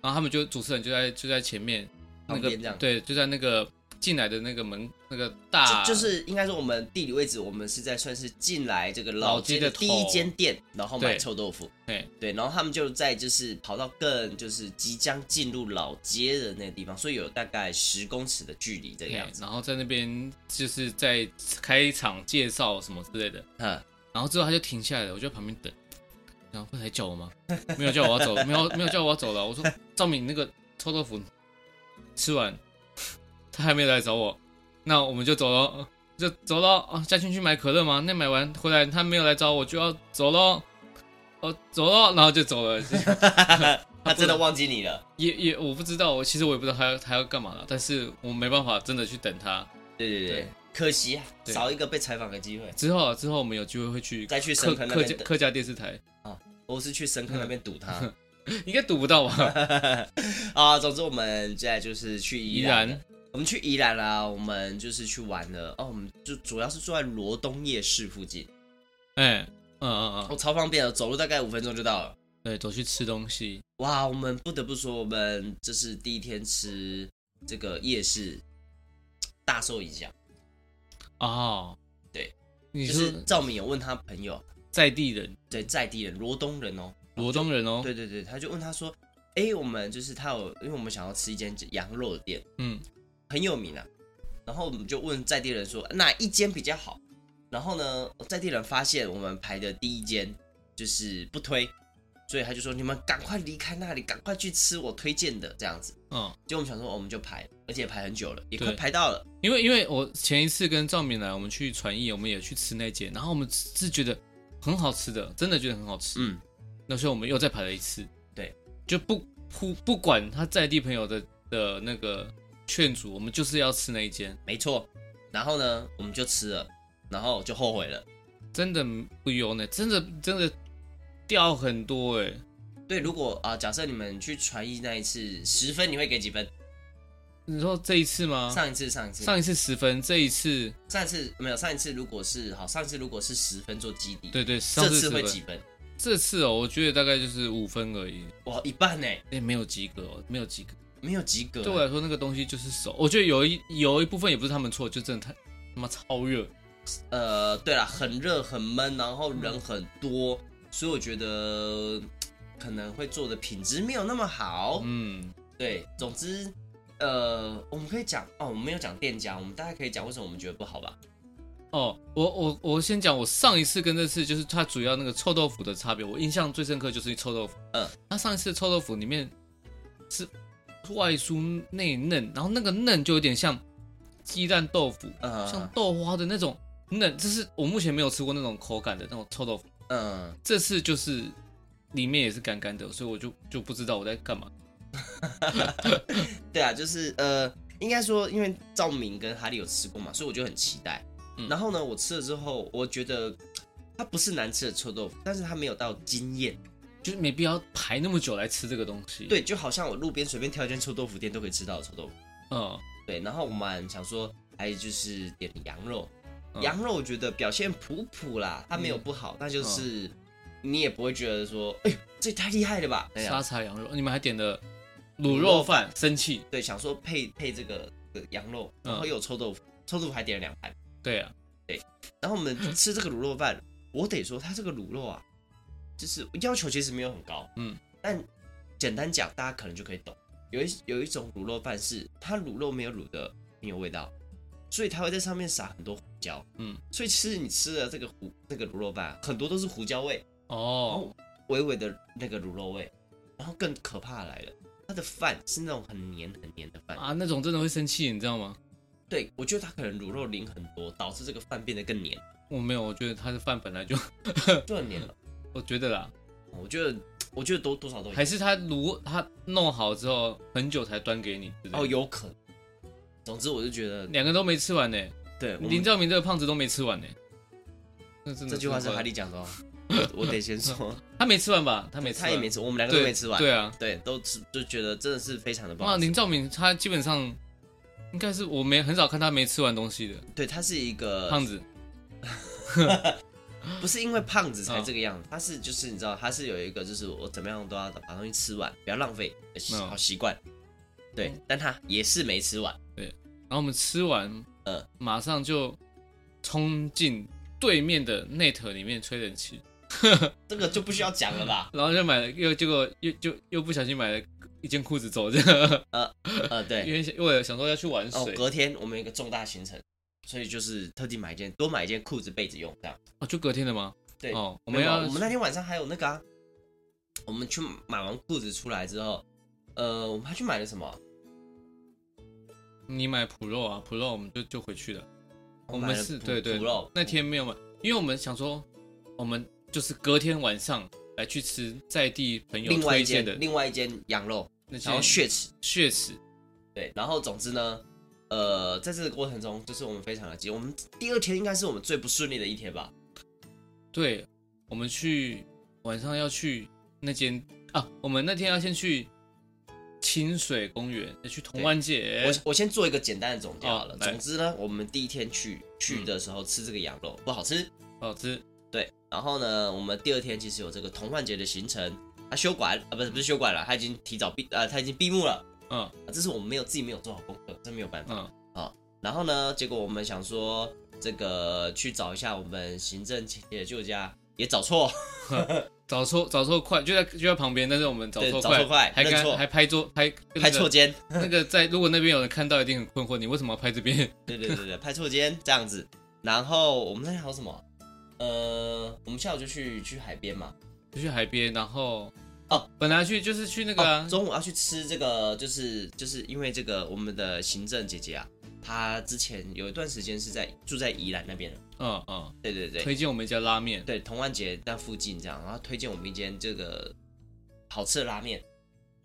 然后他们就主持人就在就在前面那
旁
个
边这样
对，就在那个进来的那个门那个大
就就是应该说我们地理位置，我们是在算是进来这个
老
街
街
的
的
第一
头
间店，然后买
对
臭豆腐。
哎
对，然后他们就在就是跑到更就是即将进入老街的那个地方，所以有大概十公尺的距离这个
哎
样子。
然后在那边就是在开场介绍什么之类的。
嗯，
然后之后他就停下来了，我就在旁边等，然后会来叫我吗？ 没有叫我要走，没有没有叫我要走了。我说赵敏那个臭豆腐吃完，他还没来找我，那我们就走了，就走了啊。嘉庆去买可乐吗？那买完回来他没有来找我，就要走喽。哦，走喽，然后就走了。
他真的忘记你了。
也也我不知道，我其实我也不知道他要他要干嘛了，但是我没办法真的去等他。
对对对
对，
可惜啊，
对
少一个被采访的机会。
之后啊之后我们有机会会去
再去
客
深坑那
客
边
家
等
客家电视台，
我是去深坑那边堵他
应该堵不到吧？
啊。总之，我们现在就是去宜
依
兰
然
了，我们去宜兰啦，我们就是去玩了。哦，我们就主要是住在罗东夜市附近，
哎、嗯嗯嗯，
哦，超方便的，走路大概五分钟就到了。
对，走去吃东西，
哇，我们不得不说，我们这是第一天吃这个夜市，大受影响。
哦，
对，
你
就是是赵敏有问他朋友，
在地人，
对在地人罗东人哦，
罗东人哦，
对对对，他就问他说，哎，我们就是他有，因为我们想要吃一间羊肉的店，
嗯，
很有名啊。然后我们就问在地人说哪一间比较好，然后呢，在地人发现我们排的第一间就是不推，所以他就说你们赶快离开那里，赶快去吃我推荐的这样子。
嗯，
就我们想说，哦我们就排，而且排很久了，也
对
快排到了。
因为因为我前一次跟赵敏来，我们去传艺，我们也去吃那间，然后我们是觉得很好吃的，真的觉得很好吃，
嗯，
那时候我们又再排了一次，
对，
就不不不管他在地朋友的的那个劝阻，我们就是要吃那一间，
没错。然后呢，我们就吃了，然后就后悔了。
真的不油呢，真的真的掉很多哎、
对，如果啊、假设你们去传艺那一次十分，你会给几分？
你说这一次吗？
上一次，上一次，
哦上一次十分，这一次
上一次没有，上一次如果是好，上一次如果是十分做基底，
对对，上
这
次
次
10
会
分
几分？
这次哦，我觉得大概就是五分而已，
哇，一半呢，
哎、没有及格哦，没有及格。
没有及格。
对我来说，那个东西就是手，我觉得有一有一部分也不是他们错，就真的太他妈超热。
呃，对了，很热很闷，然后
嗯
人很多，所以我觉得可能会做的品质没有那么好。
嗯，
对，总之，呃，我们可以讲哦，我们没有讲店家，我们大概可以讲为什么我们觉得不好吧？
哦，我我我先讲，我上一次跟这次就是它主要那个臭豆腐的差别，我印象最深刻就是臭豆腐。
嗯，
它上一次的臭豆腐里面是外酥内嫩，然后那个嫩就有点像鸡蛋豆腐，像
嗯
豆花的那种嫩，这是我目前没有吃过那种口感的那种臭豆腐。
嗯，
这次就是里面也是干干的，所以我就就不知道我在干嘛。
对啊，就是呃，应该说，因为赵明跟哈利有吃过嘛，所以我就很期待。
嗯
然后呢，我吃了之后，我觉得它不是难吃的臭豆腐，但是它没有到惊艳。
就是没必要排那么久来吃这个东西。，
对，就好像我路边随便挑一间臭豆腐店都可以吃到的臭豆腐。
嗯，
对，然后我们想说，还有就是点羊肉，
嗯
羊肉我觉得表现普普啦，它没有不好，那就是你也不会觉得说，哎呦，这也太厉害了吧？啊那样
沙茶羊肉，你们还点了卤肉饭，生气？
对，想说配配这个这个羊肉，
嗯
然后又有臭豆腐，臭豆腐还点了两盘，
对啊，
然后我们吃这个卤肉饭，我得说它这个卤肉啊，就是要求其实没有很高，
嗯，
但简单讲，大家可能就可以懂，有一有一种卤肉饭是它卤肉没有卤的很有味道，所以它会在上面撒很多胡椒，
嗯，
所以其实你吃了这个胡那个卤肉饭，很多都是胡椒味，
哦，
微微的那个卤肉味，然后更可怕的来了，它的饭是那种很黏很黏的饭，
啊，那种真的会生气，你知道吗？
对我觉得它可能卤肉淋很多，导致这个饭变得更 黏，
我没有，我觉得他的饭本来就，
就很黏了。
我觉得啦，
我觉得我觉得多多少都有
还是他如他弄好之后很久才端给你？之类的
哦，有可能。总之，我就觉得，
两个都没吃完呢、
对，我们
林兆明这个胖子都没吃完呢、那真的
嗯这句话是
怪
哈利 讲的哦，我我得先说，
他没吃完吧？他没吃完，
他也没吃，我们两个
对
都没吃完，
对啊，
对，都吃就觉得真的是非常的不
哇，
好吃。
林兆明他基本上应该是我没很少看他没吃完东西的
对，他是一个
胖子，
不是因为胖
嗯
子才这个样子，他是就是你知道，他是有一个就是我怎么样都要把东西吃完，不要浪费，呃习
嗯
好习惯。对，但他也是没吃完，
然后我们吃完，
呃
马上就冲进对面的 net 里面吹冷气，
这个就不需要讲 了吧？
然后就买了，又结果又就又不小心买了一件裤子走着，
呃，
因
对，
为因为想说要去玩
哦，
水，
隔天我们有一个重大行程，所以就是特地买一件多买一件裤子被子用这样。
哦，就隔天的吗？
对
哦，我
没
们
有，
要
我们那天晚上还有那个啊，我们去买完裤子出来之后，呃，我们还去买了什么？
你买普肉啊，普肉我们就就回去了。我
买
们
了
是
普
对对
普肉，
那天没有买，因为我们想说，我们就是隔天晚上来去吃在地朋友
另外一
推荐
间
的
另外一间羊肉，
那些
然后血池。
血池，
对，然后总之呢，呃，在这个过程中，就是我们非常的急。我们第二天应该是我们最不顺利的一天吧？
对，我们去晚上要去那间啊，我们那天要先去清水公园，要去同湾街，
我我先做一个简单的总结好了。
哦来
总之呢，我们第一天去去的时候吃这个羊肉不好吃，
好吃，
对。然后呢，我们第二天其实有这个同幻节的行程，他休馆啊，不是不是休馆了，他已经提早闭呃，他已经闭幕了。
嗯
啊这是我们没有自己没有做好功课，这没有办法。
嗯，
然后呢，结果我们想说这个去找一下我们行政解救家，也找错。
找错找错快就在就在旁边，但是我们找错
对找错快
还
认
敢
错
还拍桌拍
拍错间，
那个那个在如果那边有人看到一定很困惑，你为什么要拍这边？
对对对对，拍错间这样子。然后我们那天还有什么？呃，我们下午就去去海边嘛。
就去海边，然后
哦，
本来去就是去那个啊
哦，中午要去吃这个，就是就是因为这个我们的行政姐姐啊，她之前有一段时间是在住在宜兰那边的。
嗯嗯，
对对哦对
推荐我们一家拉面，
对，同安节那附近这样，然后推荐我们一间这个好吃的拉面，哦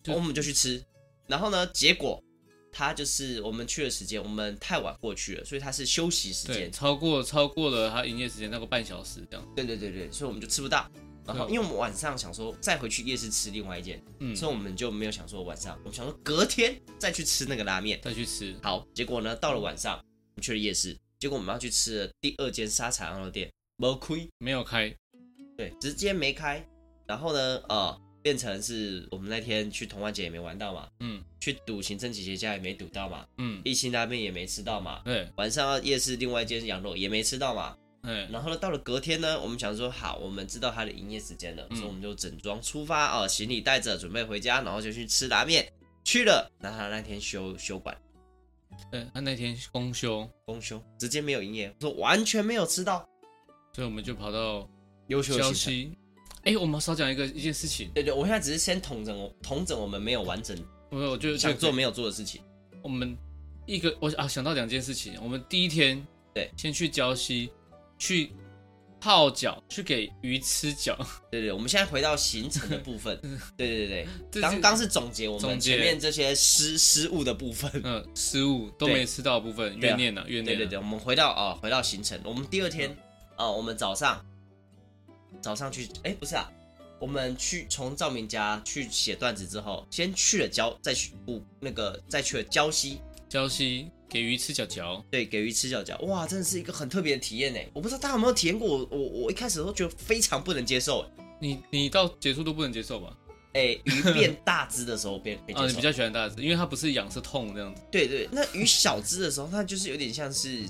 就
我们就去吃。然后呢，结果她就是我们去的时间，我们太晚过去了，所以她是休息时间
对，。超过超过了它营业时间那个半小时这样，
对对对对，所以我们就吃不到。然后，
嗯
因为我们晚上想说再回去夜市吃另外一间，
嗯，
所以我们就没有想说晚上，我们想说隔天再去吃那个拉面。
再去吃，
好，结果呢，到了晚上，我们去了夜市，结果我们要去吃的第二间沙茶羊肉店，没亏，
没有开，
对，直接没开。然后呢，呃，变成是我们那天去同安节也没玩到嘛，
嗯
去赌行政姐姐家也没赌到嘛，
嗯，
一心拉面也没吃到嘛，
对，
晚上要夜市另外一间羊肉也没吃到嘛，
哎，
然后呢，到了隔天呢，我们想说好，我们知道它的营业时间了，
嗯
所以我们就整装出发啊、哦行李带着准备回家，然后就去吃拉面。去了，那他那天休休馆
对，他那天公休，
公休，直接没有营业，我说完全没有吃到
所以我们就跑到
优秀的
消
行程。
息。哎，我们少讲一个一件事情，
对对，我现在只是先统整我统整我们没有完整
我我就
想做
就
没有做的事情。
我们一个我啊想到两件事情，我们第一天
对
先去礁溪去泡脚，去给鱼吃 脚，
对对，我们现在回到行程的 部分。对对对
这是
对，刚刚是总结我
总
们
结
前面这些失失误的部分。
嗯，失误都
对
没吃到的部分，
对啊
怨念呐，怨
对
念
对
啊，嗯
对，我们回到啊、回到行程，我们第二天啊、我们早上早上去，哎，不是啊，我们去从赵明家去写段子之后，先去了礁，再去不那个再去了礁溪，
礁溪给鱼吃脚脚，
对，给鱼吃脚脚，哇，真的是一个很特别的体验呢。欸我不知道大家有没有体验过，我我我一开始都觉得非常不能接受，
你你到结束都不能接受吧？
哎， 鱼变大只的时候变被
啊，
接
你
受，
比较喜欢大只，因为它不是痒是痛这样子。
对对，那鱼小只的时候，它就是有点像是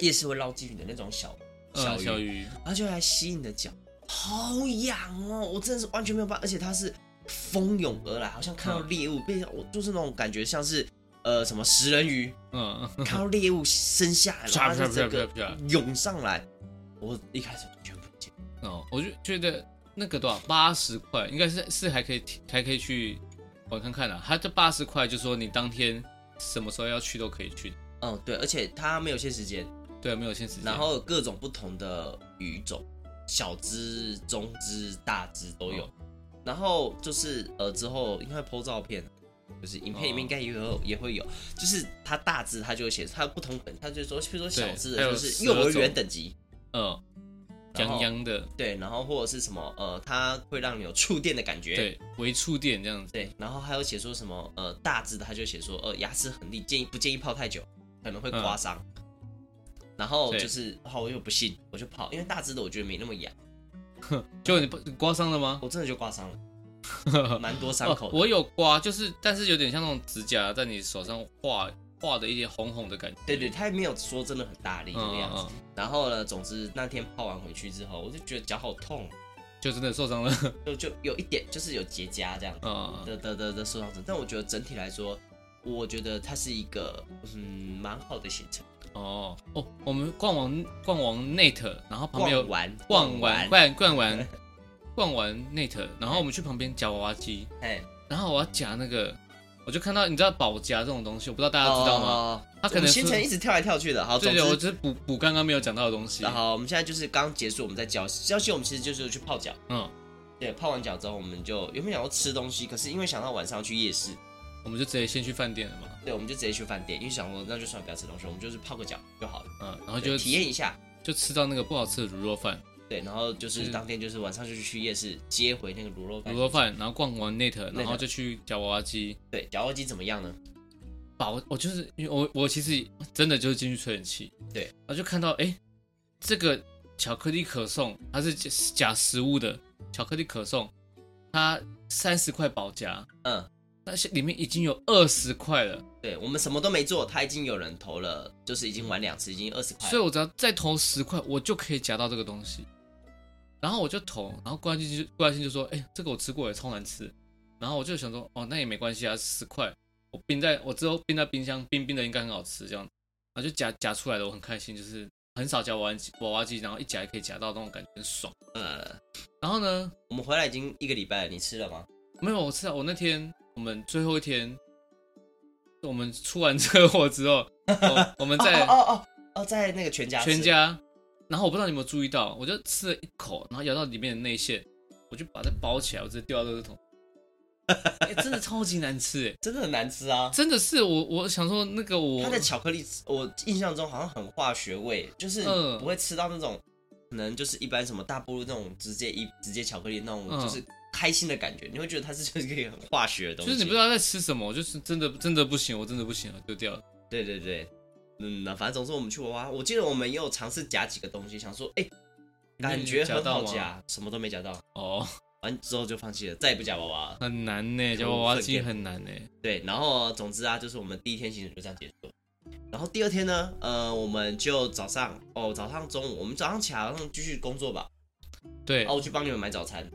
夜市会捞金鱼的那种小
嗯，
小
小
鱼。
鱼，
然后就来吸你的脚，好痒哦！我真的是完全没有办法，而且它是蜂拥而来，好像看到
嗯
猎物被我就是那种感觉，像是呃什么食人鱼，
嗯，
看到猎物生下来，
啪
然后
啪
它就这
啪
个
啪啪。
涌上来。我一开始完全不接，
哦，我就觉得那个多少八十块，应该是是还可以还可以去我看看啦。它这八十块就说你当天什么时候要去都可以去，
嗯对，而且它没有限时间，
对啊，没有限时间。
然后有各
哦
种不同的鱼种，小只、中只、大只都有。然后就是呃之后因为 PO 照片，啊就是影
哦
片里面应该也有也会有，就是它大致它就会写它不同本，它就说譬如说小字的
对还有
就是幼儿
12
园
种
等级，
嗯，
然后
洋洋的，
对，然后或者是什么呃，它会让你有触电的感觉，
对，微触电这样子，
对，然后还有写说什么呃大致的，他就写说呃牙齿很利，建议不建议泡太久，可能会刮伤。然后
嗯对
就是，好，我又不信，我就泡，因为大致的我觉得没那么痒，
就你不你刮伤了吗？
我真的就刮伤了，蛮多 伤口
哦
的。
我有刮，就是但是有点像那种指甲在你手上画画的一些红红的感觉，
对对，他也没有说真的很大力
嗯，
这个样
嗯
子。
嗯，
然后呢，总之那天泡完回去之后，我就觉得脚好痛，
就真的受伤了，
就就有一点就是有结痂这样子
嗯，
的的的的受伤症。但我觉得整体来说，我觉得它是一个嗯蛮好的行程。
哦哦，我们逛完逛完 Net，然后旁边有
逛完
逛完逛逛完逛完 Net，然后我们去旁边夹娃娃机，
哎，
然后我要夹那个，我就看到你知道保夹这种东西，我不知道大家知道
哦
吗？？它可
我
能
们
是
行程一直跳来跳去的，好，
对
总
对，我
之，
只是补补刚刚没有讲到的东西
然，后我们现在就是刚结束，我们在交交期，我们其实就是去泡脚，
嗯，
对，泡完脚之后，我们就原本想要吃东西，可是因为想到晚上要去夜市，
我们就直接先去饭店了嘛，
对，我们就直接去饭店，因为想说那就算了不要吃东西，我们就是泡个脚就好了，
嗯，然后
对
就
体验一下，
就吃到那个不好吃的卤肉饭，
对，然后就是当天就是晚上就去夜市接回那个卤肉
卤
饭，
肉饭，然后逛完 Net，
Net
然后就去夹娃娃机。
对，绞肉机怎么样呢？
把我我就是因为我我其实真的就是进去吹冷气，
对，
然后就看到哎、诶这个巧克力可颂它是假假食物的巧克力可颂，它三十块保夹，
嗯，
但是里面已经有二十块了，
对我们什么都没做，他已经有人投了，就是已经玩两次，已经二十块了，
所以我只要再投十块，我就可以夹到这个东西。然后我就投，然后关心就关心就说，哎、这个我吃过，也超难吃。然后我就想说，哦，那也没关系啊，十块，我冰在我之后冰在冰箱，冰冰的应该很好吃这样。然后就夹夹出来的，我很开心，就是很少夹娃娃机娃娃机，然后一夹也可以夹到那种感觉很爽。
呃，
然后呢，
我们回来已经一个礼拜了，你吃了吗？
没有，我吃到我那天我们最后一天，我们出完车祸之后，我我们在
哦哦哦哦，在那个全家吃
全家。然后我不知道你有没有注意到，我就吃了一口，然后咬到里面的内馅，我就把它包起来，我直接丢到垃圾 桶。哎、真的超级难吃哎！
真的很难吃啊，
真的是我，我想说那个我
它的巧克力，我印象中好像很化学味，就是
嗯
不会吃到那种，可能就是一般什么大波路那种直接一直接巧克力那种，
嗯
就是开心的感觉，你会觉得它是就是一个很化学的东
就
西。
是你不知道在吃什么，我就是真的真的不行，我真的不行了，丢掉了。
对对对，嗯，那反正总之我们去娃娃，我记得我们也有尝试夹几个东西，想说哎、感觉很好
你有夹到
夹，什么都没夹到，
哦，
完之后就放弃了，再也不夹娃娃了。
很难呢，夹娃娃机很难呢。
对，然后总之啊，就是我们第一天行程就这样结束。然后第二天呢，呃，我们就早上哦，早上中午，我们早上起来好像继续工作吧。
对
然后我去帮你们买早餐。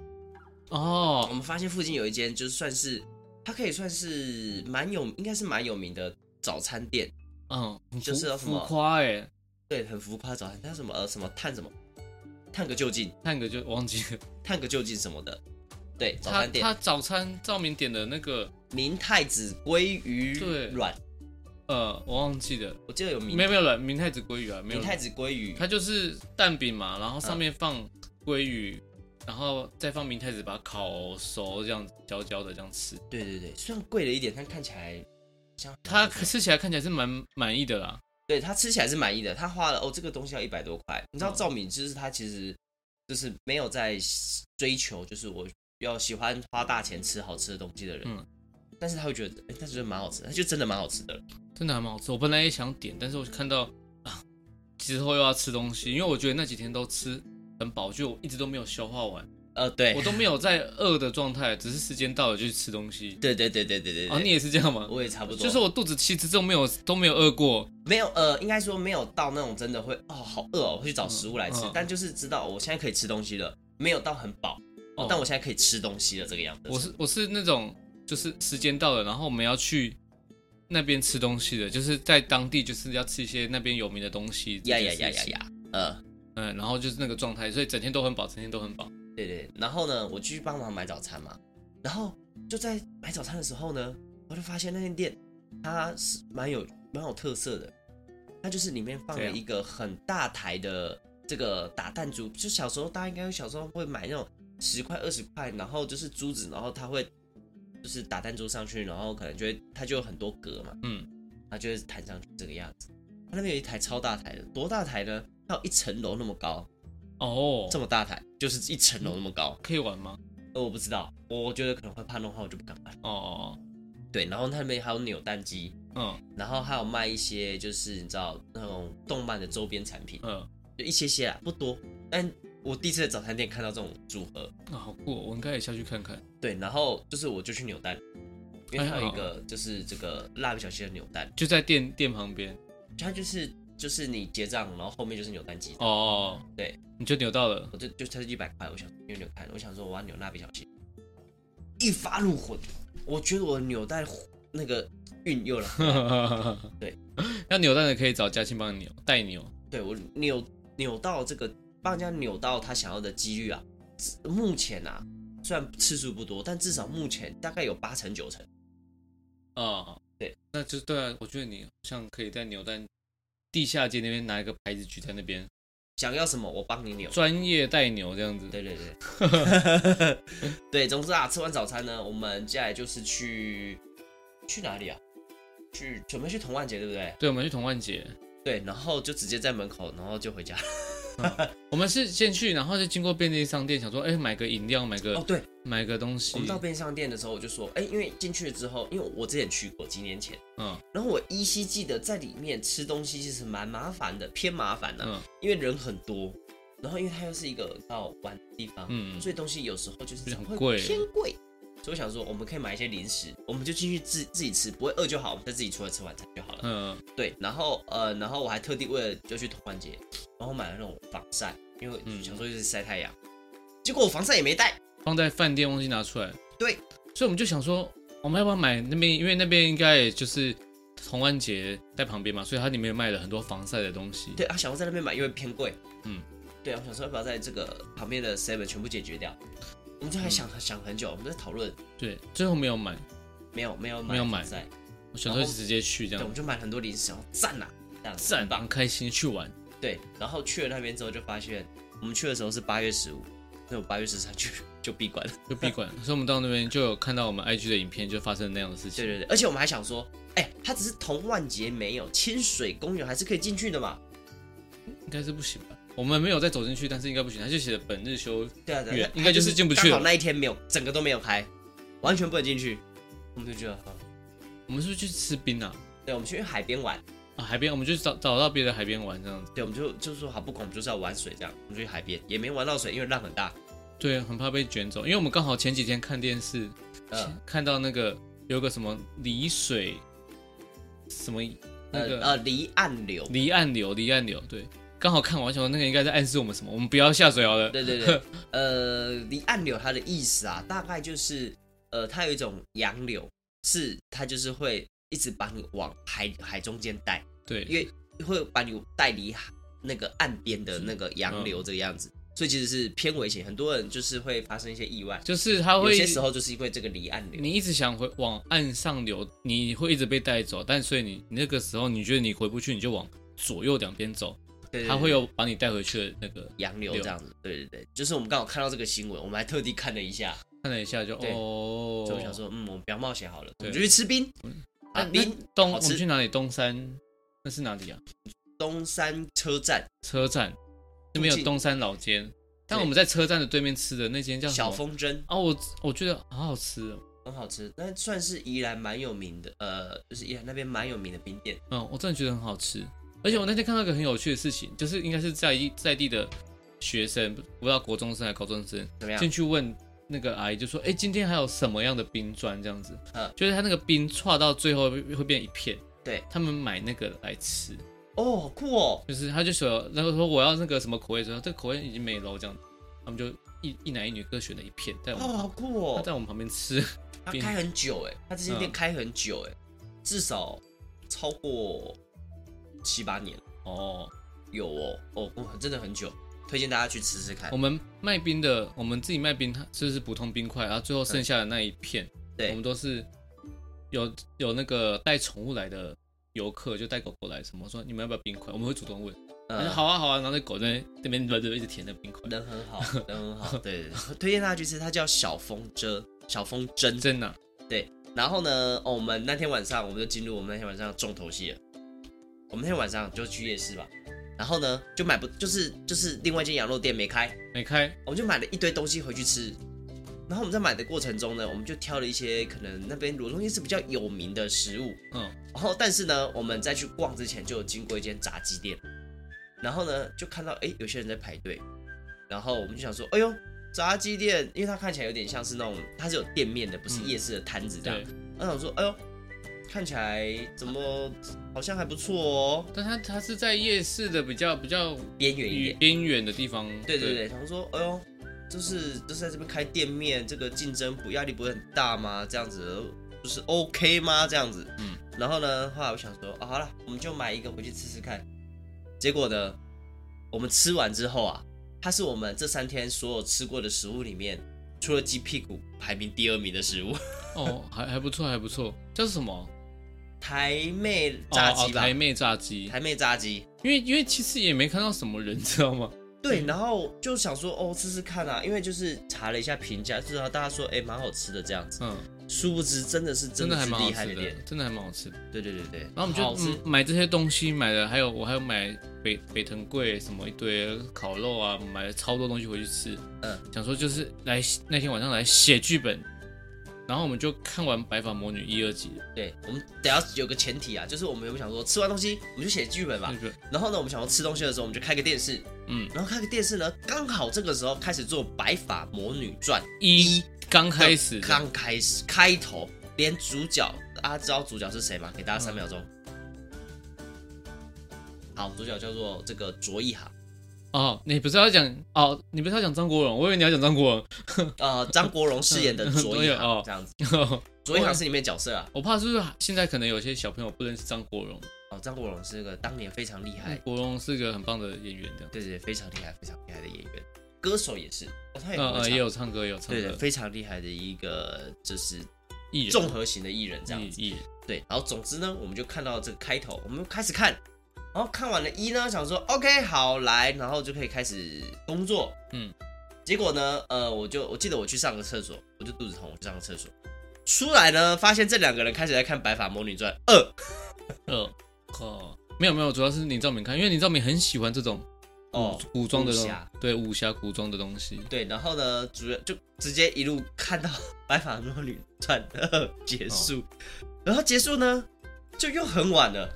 我
哦，
们发现附近有一间，就是算是它可以算是蛮有，应该是蛮有名的早餐店。
嗯，很浮
就是要什
浮
么
夸哎，
对，很浮夸的早餐，它什么呃什么探什么探个究竟，
看个就忘记了。
探个究竟什么的。对，早
他
餐
他
店
早餐照明点的那个
明太子鲑鱼
对
软，
呃，我忘记了，
我记得有明
没有没有了，明太子鲑鱼啊，没有
明太子鲑鱼，
它就是蛋饼嘛，然后上面放鲑鱼，然后再放明太子，把它烤熟，这样子焦焦的这样吃。
对对对，虽然贵了一点，但看起来像
它吃起来看起来是蛮满意的啦，
对他吃起来是满意的，他花了哦，这个东西要一百多块。你知道
嗯
赵敏就是他其实就是没有在追求，就是我要喜欢花大钱吃好吃的东西的人。
嗯
但是他会觉得，哎、他觉得蛮好吃，他就真的蛮好吃的。
真的还蛮好吃。我本来也想点，但是我看到啊，之后又要吃东西，因为我觉得那几天都吃很饱，就我一直都没有消化完，
呃，对
我，都没有在饿的状态，只是时间到了就去吃东西。
对对对对 对对对，
啊，你也是这样吗？
我也差不多，
就是我肚子其实都没有都没有饿过，
没有呃，应该说没有到那种真的会哦好饿哦，会去找食物来吃，
嗯嗯
但就是知道我现在可以吃东西了，没有到很饱，哦
哦
但我现在可以吃东西了这个样子。
我是我是那种就是时间到了，然后我们要去那边吃东西的，就是在当地就是要吃一些那边有名的东西。
呀呀呀呀！呀，呃。
嗯，然后就是那个状态，所以整天都很饱，整天都很饱。
对对，然后呢，我就去帮忙买早餐嘛，然后就在买早餐的时候呢，我就发现那间店它是蛮有蛮有特色的，它就是里面
怎
放了
样
一个很大台的这个打弹珠，就小时候大家应该小时候会买那种十块二十块，然后就是珠子，然后他会就是打弹珠上去，然后可能就会它就有很多格嘛，
嗯，
它就会弹上去这个样子。它那边有一台超大台的，多大台呢？它有一层楼那么高，
哦，
这么大台，就是一层楼那么高。
可以玩吗？
呃，我不知道，我觉得可能会怕弄坏，我就不敢玩。
哦，
对，然后那边还有扭蛋机，
嗯
然后还有卖一些就是你知道那种动漫的周边产品，
嗯，
就一些些啊，不多。但我第一次在早餐店看到这种组合，
那好酷哦，我应该也下去看看。
对，然后就是我就去扭蛋，因为它
哎
有一
好
个就是这个蜡笔小新的扭蛋，
就在店店旁边。
它就是就是你结账，然后后面就是扭蛋机，
哦，
对，
你就扭到了。
我就就它是一百块，我想扭扭看，我想说我要扭蜡笔小新，一发入魂，我觉得我扭蛋那个运又来了。 对，
要扭蛋的可以找嘉庆帮你扭，哦代扭。
对我扭扭到这个帮人家扭到他想要的几率啊，至目前啊虽然次数不多，但至少目前大概有八成九成。
啊，
对，
那就对啊，我觉得你好像可以在扭蛋地下街那边拿一个牌子举在那边，
想要什么我帮你扭。
专业代扭这样子。
对对对， 对，总之啊，吃完早餐呢，我们接下来就是去去哪里啊？去准备去童万节，对不对？
对，我们去童万节，
对，然后就直接在门口，然后就回家。
我们是先去，然后就经过便利商店，想说，哎、买个饮料，买个、
哦，对，
买个东西
我们。到便利商店的时候，我就说，哎、因为进去了之后，因为我之前去过，几年前。
嗯
然后我依稀记得在里面吃东西其实蛮麻烦的，偏麻烦的、
嗯
因为人很多，然后因为它又是一个到玩的地方，
嗯
所以东西有时候就是
很
会
贵
偏贵。所以我想说，我们可以买一些零食，我们就进去自自己吃，不会饿就好，我们再自己出来吃晚餐就好了。
嗯
对，然后呃，然后我还特地为了就去同环节，然后买了那种防晒，因为
嗯
想说就是晒太阳，结果我防晒也没带。
放在饭店忘记拿出来。
对，
所以我们就想说，我们要不要买那边？因为那边应该也就是童安节在旁边嘛，所以它里面卖了很多防晒的东西。
对啊，想要在那边买，因为偏贵。
嗯，
对啊，我想说要不要在这个旁边的 Seven 全部解决掉？我们就
嗯
还想、想很久，我们在讨论，
对，最后没有买，
没有没有买
没有买
在，
我想
然
说
后
直接去这
对，我
样，
们就买了很多零食，然后赞呐、这样子
赞，
很棒
很。开心去玩。
对，然后去了那边之后就发现，我们去的时候是八月十五，那我八月十三就就闭馆了。
就闭馆。所以我们到那边就有看到我们 IG 的影片，就发生那样的事
对
情。
对对，而且我们还想说，哎、它只是同万节没有清水公园还是可以进去的嘛？
应该是不行吧？我们没有再走进去，但是应该不行。他就写的本日休，
对啊对
远
啊，
应该就是进不去
刚好
了
那一天没有，整个都没有开，完全不能进去。我们就觉得，啊
我们是不是去吃冰啊？
对，我们去海边玩。
啊，海边，我们就找找到别的海边玩这样子。
对，我们就就是说好不管，我们就是要玩水这样，我们就去海边，也没玩到水，因为浪很大。
对，很怕被卷走，因为我们刚好前几天看电视，
嗯
看到那个有个什么离水，什么那
呃
个
呃，离岸流，
离岸流，离岸流，对，刚好看完，我想说那个应该在暗示我们什么，我们不要下水好了。
对对 对，呃，离岸流它的意思啊，大概就是呃，它有一种洋流，是它就是会一直把你往海海中间带，因
对，
为会把你带离海那个岸边的那个
嗯
洋流这个样子，所以其实是偏危险，很多人就是会发生一些意外。
就是他
有
会
些时候就是因为这个离岸流，
你一直想回往岸上流，你会一直被带走，但所以你那个时候你觉得你回不去，你就往左右两边走，
对对
它
对
会有把你带回去的那个。
洋流
流
这样子。对对对，就是我们刚好看到这个新闻，我们还特地看了一下。
看了一下就
对
哦，
所以我想说，嗯，我们不要冒险好了，我
对
们就去吃冰。
那，
啊，
那
冰
东
好
我
吃
们去哪里？东山那是哪里啊？
东山车站
车站那边有东山老街，但我们在车站的对面吃的那间叫什
小
么
风筝
啊，我我觉得好好吃哦，
很好吃，那算是宜兰蛮有名的，呃，就是宜兰那边蛮有名的冰店。
嗯，我真的觉得很好吃。而且我那天看到一个很有趣的事情，就是应该是在地在地的学生，不知道国中生还是高中生，
怎么样？
进去问那个阿姨，就说：“哎、今天还有什么样的冰砖？”这样子，
嗯
就是它那个冰串到最后会会变一片。
对，
他们买那个来吃，
哦，好酷哦！
就是他就说，然后说我要那个什么口味，说这个口味已经没了，这样，他们就一一男一女各选了一片，在我
哦，
们、
好酷
他
哦！
在我们旁边 吃，
它
冰
开很久哎，它这间店
嗯
开很久哎，至少超过七八年
哦，
有哦，哦，哇真的很久，推荐大家去吃吃看
我。们卖冰的，我们自己卖冰，它就是普通冰块，然后最后剩下的那一片，
对
我们都是有有那个带宠物来的游客，就带狗狗来什么，说你们要不要冰块，我们会主动问，他说
嗯，
好啊好啊，然后那狗在那边轮着一直舔那冰块，
人很好，人很好，对对对，推荐大家去吃，它叫小风筝，小风筝。
真的啊、
然后呢，哦，我们那天晚上我们就进入我们那天晚上的重头戏了。我们那天晚上就去夜市吧，然后呢就买不就是就是另外一间羊肉店没开，
没开，
我们就买了一堆东西回去吃。然后我们在买的过程中呢，我们就挑了一些可能那边罗东夜市比较有名的食物。
嗯，
然后但是呢，我们在去逛之前就有经过一间炸鸡店，然后呢就看到哎有些人在排队，然后我们就想说，哎呦炸鸡店，因为它看起来有点像是那种它是有店面的，不是
嗯
夜市的摊子这样
对。，
我想说，哎呦看起来怎么好像还不错哦，
但它它是在夜市的比较比较
边缘一
与
点。
边缘的地方，
对对对，想说，哎呦，就是就是在这边开店面，这个竞争不压力不会很大吗？这样子就是 OK 吗？这样子，
嗯。
然后呢，后来我想说，啊，好了，我们就买一个回去吃吃看。结果呢，我们吃完之后啊，它是我们这三天所有吃过的食物里面，除了鸡屁股排名第二名的食物，
哦，还还不错还不错，叫什么？
台妹炸
哦哦
鸡吧，
台妹炸鸡，
台妹炸鸡。
因为因为其实也没看到什么人，知道吗？
对，然后就想说哦，试试看啊，因为就是查了一下评价，至少大家说哎蛮好吃的这样子。
嗯，
殊不知真的是
真的还
是
蛮好
厉害
吃的
店，，
真的还蛮好吃的。
对对对对。
然后我们就
好吃
嗯买这些东西，买了还有我还有买北北藤贵什么一堆烤肉啊，买了超多东西回去吃。
嗯，
想说就是来那天晚上来写剧本，然后我们就看完《白发魔女》一二集了，
对，我们等下有个前提啊，就是我们有没有想说吃完东西我们就写剧本吧
那。个
然后呢，我们想要吃东西的时候，我们就开个电视，
嗯
然后开个电视呢，刚好这个时候开始做《白发魔女传》
一刚开始的
刚开始开头，连主角大家知道主角是谁吗？给
嗯
大家三秒钟。好，主角叫做这个卓一航，
哦，你不是要讲哦，你不是要讲张国荣，我以为你要讲张国
呃，张国荣饰演的卓一
哦
航这样子，
荣，
卓一航是里面角色啊。
我怕是不是现在可能有些小朋友不认识张国荣，
哦，张国荣是个当年非常厉害
张，国荣是个很棒的演员，这样，
对对，对非常厉害，非常厉害的演员，歌手也是，哦、他也
呃
很会
呃，
唱
也有唱歌，也有唱
对对，
歌，
非常厉害的一个就是
艺人，嗯
综合型的艺人这样
艺
子。
艺人，
对，然后总之呢，我们就看到这个开头，我们开始看，然后看完了一呢，想说 OK 好来，然后就可以开始工作，
嗯。
结果呢，呃，我就我记得我去上个厕所，我就肚子痛，我去上个厕所，出来呢，发现这两个人开始在看《白发魔女传二》，
呃，靠，没有没有，主要是林兆明看，因为林兆明很喜欢这种
哦
古，古装的东
武
西
侠，
对武侠古装的东西，
对，然后呢，主任就直接一路看到《白发魔女传二》结
哦
束，然后结束呢，就又很晚了，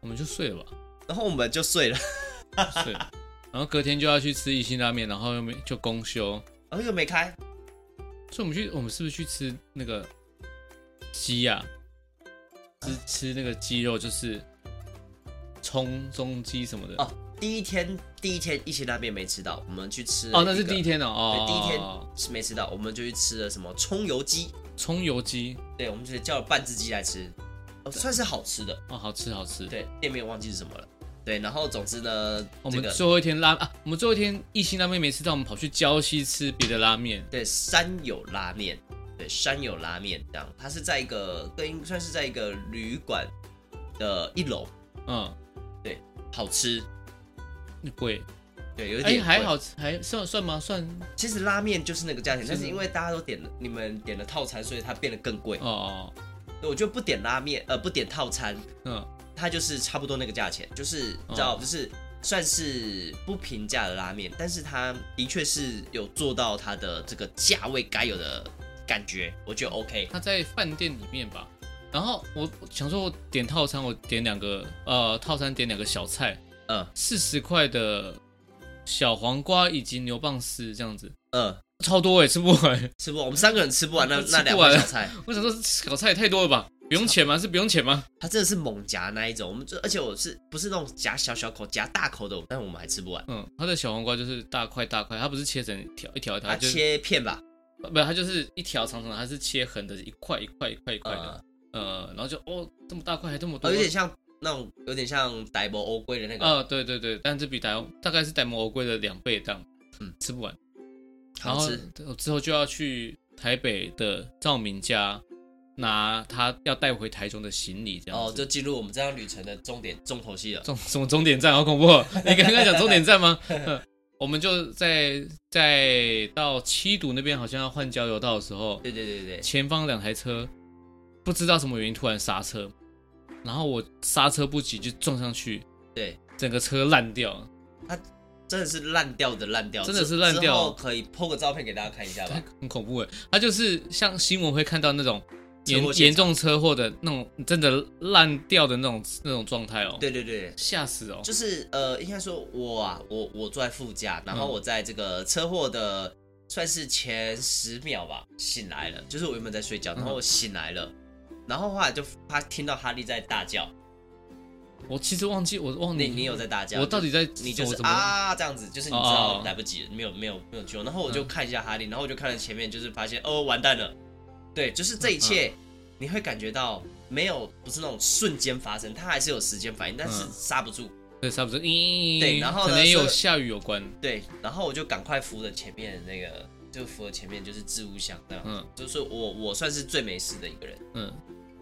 我们就睡 了吧，
然后我们就睡了，
睡了，然后隔天就要去吃一心拉面，然后又没就公休，
然后又没开，
所以我们去，我们是不是去吃那个鸡呀、
嗯
吃吃那个鸡肉，就是葱中鸡什么的。
哦第一天第一天一起拉面没吃到，我们去吃了
哦，那是第一
一
天哦，哦
对，第一天
哦
是没吃到，我们就去吃了什么葱油鸡，
葱油鸡
对，我们就是叫了半只鸡来吃，哦，算是好吃的，
哦，好吃好吃。
对，店名我忘记是什么了，对，然后总之呢，
我
这
们
个
最后一天拉啊，我们最后一天一心拉面没吃到，我们跑去礁溪吃别的拉面，
对，山有拉面，对，山有拉面这样，它是在一个跟算是在一个旅馆的一楼，
嗯，
好吃，
贵，
对，有
哎、
点、
还。好吃，还算算吗？算
其实拉面就是那个价钱，但
是
是因为大家都点了，你们点了套餐，所以它变得更贵。
嗯哦，哦
对我就不点拉面，呃，不点套餐，
嗯，
它就是差不多那个价钱，就是你知
哦
道，就是算是不平价的拉面，但是它的确是有做到它的这个价位该有的感觉，我觉得 OK。
他在饭店里面吧。然后我我想说，我点套餐，我点两个，呃，套餐点两个小菜，
嗯
四十块的小黄瓜以及牛蒡丝这样子，
嗯，
超多哎，吃不完。
吃不完，我们三个人吃不完那
吃不
那
完
两碗小菜，
我想说，小菜也太多了吧？不用钱吗？是不用钱吗？
它真的是猛夹那一种。我们这而且我是不是那种夹小小口夹大口的，但我们还吃不完。
嗯，它的小黄瓜就是大块大块，它不是切成一条一条一条，
它
它就是
切片吧，
不，它就是一条长长的，它是切横的，一块一块一块一块
呃
的，，呃，然后就哦，这么大块还这么多
哦有，点像那种有点像呆博欧龟的那个，
呃，对对对，但这比大大概是戴摩欧龟的两倍大，
嗯
吃不完。然
好
后
吃。
之后就要去台北的照明家拿他要带回台中的行李，这样
哦，
子。
就进入我们这趟旅程的终点重头戏了。
终什么终点站？好恐怖哦！你刚刚讲终点站 吗？嗯我们就在在到七堵那边，好像要换交流道的时候，
对对对对，
前方两台车不知道什么原因突然刹车，然后我刹车不及就撞上去，
对，
整个车烂掉。
真的是烂掉的烂掉，
真的是
之
烂掉
之后可以 po 个照片给大家看一下吧。
很恐怖哎，它就是像新闻会看到那种严
车祸现场
严重车祸的那种，真的烂掉的那种那种状态哦，
对对对，
吓死哦，
就是呃，应该说我啊，我我坐在副驾，然后
嗯
我在这个车祸的算是前十秒吧醒来
嗯
了，就是我原本在睡觉，然后我醒来了，然后后来就他听到哈利在大叫，
嗯我其实忘记我忘记
你你有在大叫，
我到底在
你就
我
是
怎么
啊这样子，就是你知
哦哦
道
哦嗯
来不及了，没有没有没有救。然后我就看一下哈利，然后我就看了前面，就是发现哦完蛋了，对，就是这一切
嗯
你会感觉到没有不是那种瞬间发生，它还是有时间反应，但是
嗯
刹不住。
对刹不住？咦，
对然后呢
可能也有
是
下雨有关，
对，然后我就赶快扶了前面的那个，就扶了前面就是置物箱那样，
嗯
就是我我算是最没事的一个人，
嗯，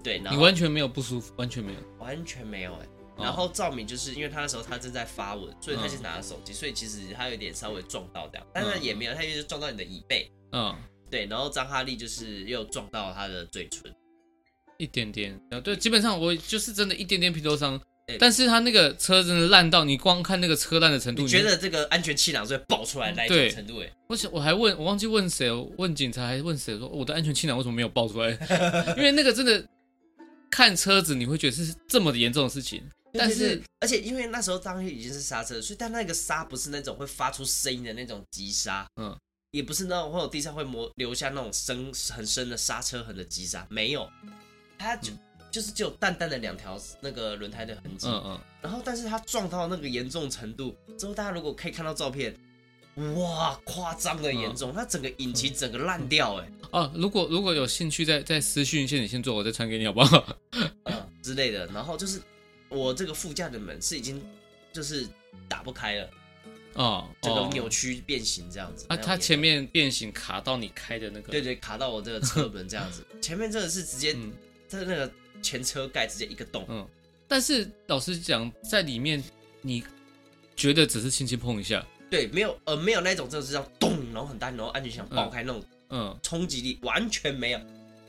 对，然
你
后
完全没有不舒服，完全没有，
完全没有哎、
哦
然后赵敏就是因为他那时候他正在发文，所以他就拿着手机，所以其实他有点稍微撞到这样，但是
嗯
也没有，他因为就撞到你的椅背，
嗯，
对，然后张哈利就是又撞到他的嘴唇，
一点点，然后对，基本上我就是真的一点点皮肉伤
对，
但是他那个车真的烂到你光看那个车烂的程度，
你觉得这个安全气囊是会爆出来那一种
对
程度哎、
我想我还问我忘记问谁，哦，问警察还是问谁说哦我的安全气囊为什么没有爆出来？ 因为那个真的看车子你会觉得是这么严重的事情，但
对对
是
对而且因为那时候张哈利已经是刹车了，所以但那个刹不是那种会发出声音的那种急刹，
嗯，
也不是那种会有地上会磨留下那种深很深的刹车痕的急刹，没有，它就、就是只有淡淡的两条那个轮胎的痕迹，
嗯嗯，
然后但是它撞到那个严重程度之后，大家如果可以看到照片，哇，夸张的严重，它整个引擎整个烂掉哎、
哦、如果如果有兴趣再再私讯现你先做，我再传给你好不好？
嗯之类的，然后就是我这个副驾的门是已经就是打不开了。
哦，
整个
哦
扭曲变形这样子。
啊，
那种
它
严重
前面变形卡到你开的那个，
对对卡到我这个侧门这样 子，前面真的是直接
嗯
它那个前车盖直接一个洞，
嗯，但是老实讲，在里面你觉得只是轻轻碰一下，
对，没有呃没有那种真的是这样咚，然后很大，然后安全响爆开那种
嗯，
冲击力完全没有。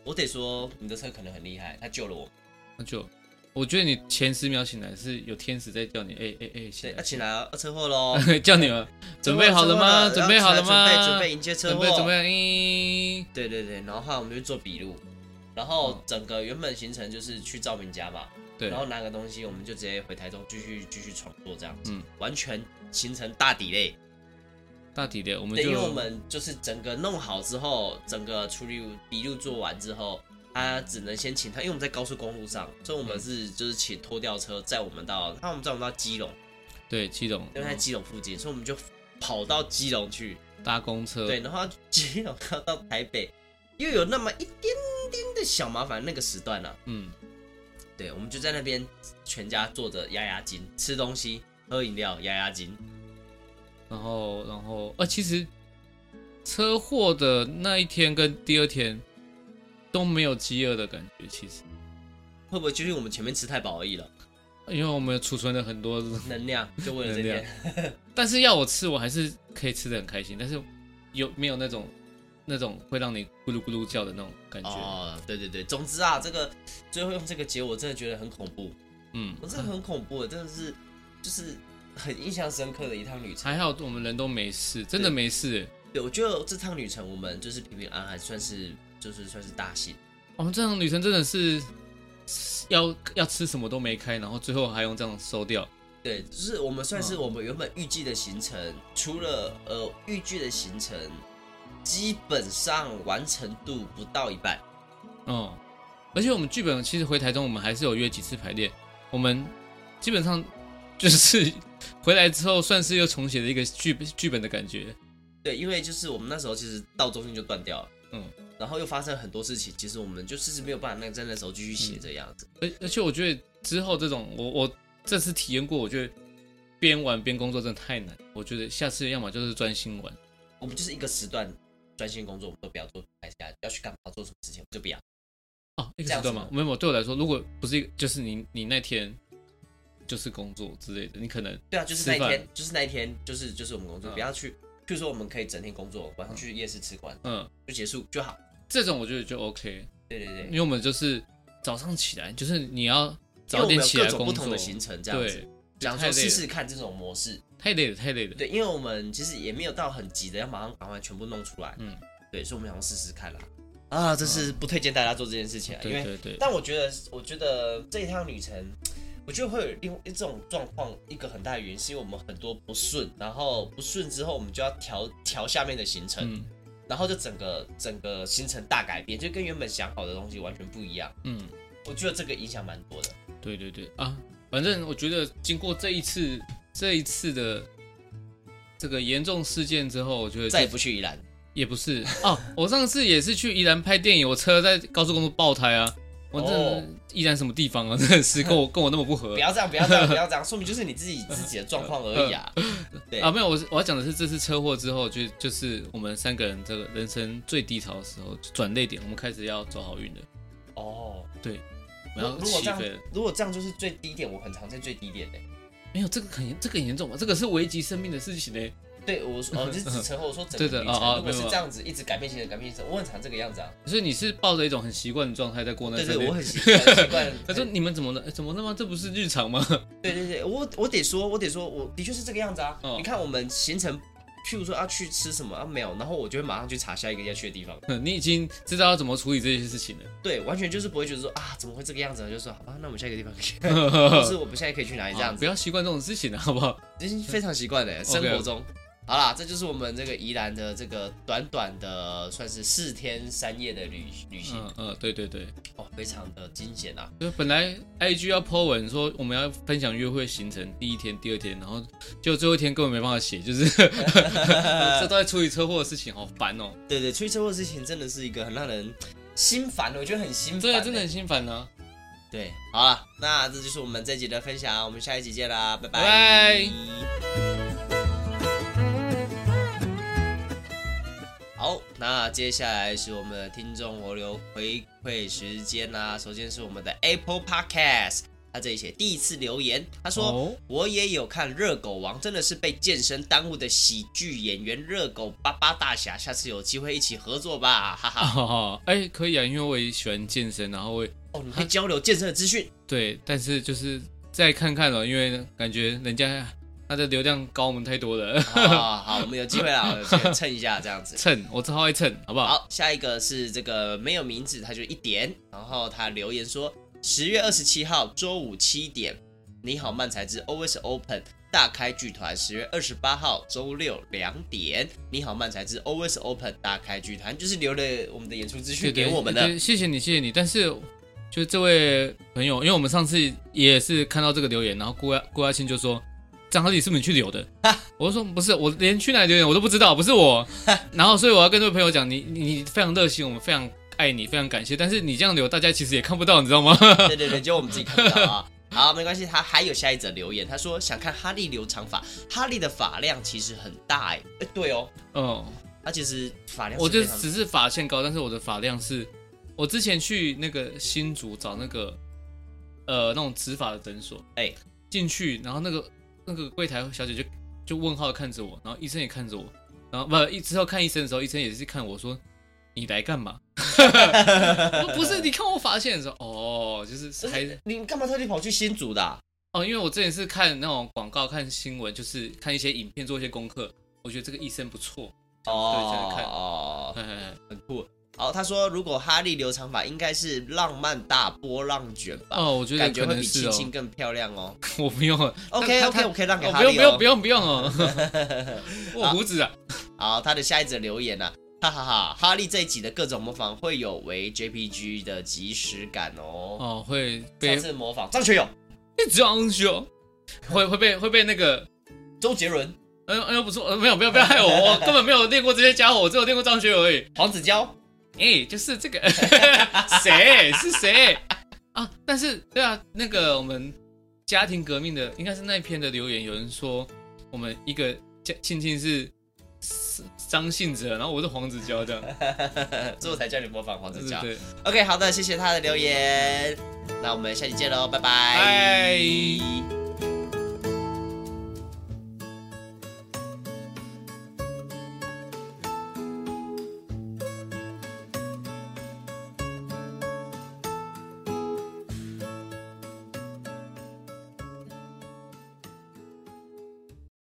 我得说你的车可能很厉害，它救了我。
那就我觉得你前十秒醒来是有天使在叫你，哎哎哎，醒
对，
来
啊，起来啊车祸喽，
叫你们 准备好了吗？
车祸
准备好了吗？
然后起来啊准备准备迎接车
准
祸，
备准备，嗯咦，
对对对，然后后来我们就做笔录，然
嗯
后整个原本行程就是去赵明家嘛，
对
然后拿个东西，我们就直接回台中继续继续创作这样子，
嗯
完全形成大底类。
大体的，我们
对，
就
因为我们就是整个弄好之后，整个处理笔录做完之后，他只能先请他，因为我们在高速公路上，所以
嗯
我们是就是请拖吊车载我们到，他我们载我们到基隆，
对七种
因为在基隆附近，所以我们就跑到基隆去，
搭公车，
对，然后基隆要到台北，又有那么一点点的小麻烦，那个时段呢、啊，
嗯，
对，我们就在那边全家坐着压压惊，吃东西、喝饮料、压压惊。
然后然后呃，其实车祸的那一天跟第二天都没有饥饿的感觉，其实，
会不会就是我们前面吃太饱而已了？
因为我们储存了很多，
能量就为了这
能
天
量，但是要我吃，我还是可以吃的很开心，但是有没有那种那种会让你咕噜咕噜叫的那种感觉？
哦，对对对，总之啊，这个最后用这个结，我真的觉得很恐怖，
嗯，
我真的很恐怖，真的是就是很印象深刻的一趟旅程。
还好我们人都没事，真的
对
没事、欸
对，我觉得这趟旅程我们就是平平安安，算是就是算是大幸。
我们哦这场旅程真的是要要吃什么都没开，然后最后还用这样收掉。
对，就是我们算是
嗯
我们原本预计的行程，除了呃预计的行程，基本上完成度不到一半。
哦，而且我们剧本其实回台中，我们还是有约几次排练，我们基本上就是回来之后算是又重写了一个剧剧本的感觉。
对，因为就是我们那时候其实到中间就断掉了，
嗯，
然后又发生很多事情，其实我们就是没有办法那个在那时候继续
嗯
写这样子。
而而且我觉得之后这种，我我这次体验过，我觉得边玩边工作真的太难。我觉得下次要么就是专心玩，
我们就是一个时段专心工作，我们都不要做台下要去干嘛做什么事情，我们就不要。
哦，那个
这
时
样子
段嘛，没有，没有对我来说，如果不是一个，就是你你那天就是工作之类的，你可能
对啊，就是那一
吃
天
饭，
就是那一天，就是就是我们工作，
嗯
不要去，譬如说我们可以整天工作，晚上去夜市吃完
嗯，
就结束就好。
这种我觉得就 OK，
对对对，
因为我们就是早上起来，就是你要早
因为
点
我们
起
有各
来
种不
工
同
作
的，行程这样子
对，，
想
太
说
累
试
了，
试看这种模式。
太累了，太累了，
对，因为我们其实也没有到很急的要马上赶快全部弄出来，
嗯，
对，所以我们想要试试看啦。啊，这是不推荐大家做这件事情啊，因
对
为
对对，
但我觉得，我觉得这一趟旅程，我觉得会有另一种状况，一个很大的原因是因为我们很多不顺，然后不顺之后，我们就要调调下面的行程，
嗯
然后就整个整个行程大改变，就跟原本想好的东西完全不一样。
嗯，
我觉得这个影响蛮多的。
对对对啊，反正我觉得经过这一次啊这一次的这个严重事件之后，我觉得
再
这
也不去宜兰，
也不是哦，我上次也是去宜兰拍电影，我车在高速公路爆胎啊，我这、
哦
宜兰什么地方啊，真的是 跟我跟我那么不合啊
不要这样，不要这样，不要这样，说明就是你自己自己的状况而已啊。 对
啊！没有，我是我要讲的是这次车祸之后，就就是我们三个人这个人生最低潮的时候转泪点，我们开始要走好运了，
哦，
我们要
如果
起
这样
飞了。
如果这样就是最低点，我很常在最低点的、欸
没有这个很严这个很严重吧？这个是危及生命的事情呢、
对，我 说哦，就是指车祸，我说整
对
个
的
旅
哦哦
程，如
没有
果是
没有
这样子一直改变行程，改变行程，我很常这个样子啊。
所以你是抱着一种很习惯的状态在哦过那
对
三
对，我
天。
很习很习惯。
他说：“你们怎么了？哎怎么了吗？这不是日常吗？
对对对，我我得说，我得说，我的确是这个样子啊。
哦
你看我们行程，譬如说要去吃什么啊，没有，然后我就会马上去查下一个要去的地方。
你已经知道要怎么处理这些事情了。
对，完全就是不会觉得说啊，怎么会这个样子啊？就说好吧，那我们下一个地方 去，或
不
是我们现在可以去哪里这样子
啊不，要习惯这种事情了，好不好？
已经非常习惯了，生活中。好啦，这就是我们这个宜兰的这个短短的，算是四天三夜的旅旅行
嗯嗯，对对对，
哦，非常的惊险啊！
就本来 IG 要 po 文说我们要分享约会行程，第一天、第二天，然后就最后一天根本没办法写，就是 这都在处理车祸的事情，好烦哦。
对对，出车祸的事情真的是一个很让人心烦的，我觉得很心烦、欸
对啊，真的很心烦呢。
对。好了，那这就是我们这集的分享，我们下一集见啦，拜
拜拜
好，那接下来是我们的听众活流回馈时间啦。首先是我们的 Apple Podcast，他这里写第一次留言，他说。
哦，
我也有看《热狗王》，真的是被健身耽误的喜剧演员热狗巴巴大侠，下次有机会一起合作吧，哈
啊
哈。
哈哈，哎，可以啊，因为我也喜欢健身，然后我也
哦，你们可以交流健身的资讯，
对，但是就是再看看了，因为感觉人家他的流量高我们太多了，
好好啊好，我们有机会啦，我们先蹭一下这样子。
蹭，我超爱蹭，好不好？
好，下一个是这个没有名字，他就一点，然后他留言说，十月二十七号周五七点，你好漫才之 Always Open 大开剧团；十月二十八号周六两点，你好漫才之 Always Open 大开剧团，就是留了我们的演出资
对
讯
对
给我们的。
对谢谢你，谢谢你。但是就这位朋友，因为我们上次也是看到这个留言，然后郭亚郭亚庆就说。张合理是不是你去留的？我就说不是，我连去哪里留言我都不知道，不是我。然后所以我要跟这位朋友讲，你你你非常热心，我们非常爱你，非常感谢。但是你这样留，大家其实也看不到，你知道吗？
对对对，就我们自己看不到啊。 好，没关系，他还有下一则留言，他说想看哈利留长发，哈利的发量其实很大哎、哎对哦，
哦，
他其实发量是
我就
非常
只是发线高，但是我的发量是，我之前去那个新竹找那个呃那种植发的诊所，
哎
进去，然后那个那个柜台小姐就就问号地看着我，然后医生也看着我，然后不一之后看医生的时候，医生也是看我说你来干嘛？ 我说不是，你看我发线的时候，哦，就是 还
你干嘛特地跑去新竹的啊、
哦，因为我之前是看那种广告、看新闻，就是看一些影片做一些功课，我觉得这个医生不错，对才能看
哦，
哎哎哎
很酷。好，他说如果哈利留长发，应该是浪漫大波浪卷吧，
哦，我觉得
感觉
可
会
能
比
是
青青
哦，
更漂亮哦。
我不用了。
OK
他
OK，
他
我可以让给
哦，
哈
不用
利
不用
哦
不。用不用哦，我胡子啊，
好，他的下一则留言呢、啊，哈哈哈，哈利这一集的各种模仿会有违 JPG 的即时感哦。
哦会
上
被
次模仿张学友、
装修，会会被会被那个，
周杰伦、
哎呦哎呦不错，呃没有不要不要害我，我根本没有练过这些家伙，我只有练过张学友而已。
黄子佼，
哎，就是这个谁是谁啊？但是对啊，那个我们家庭革命的应该是那一篇的留言，有人说我们一个家庆庆是。是张信哲，然后我是黄子佼这样。
所以我才叫你模仿黄子佼。
对，
OK，好的，谢谢他的留言，那我们下期见喽，拜拜。
拜。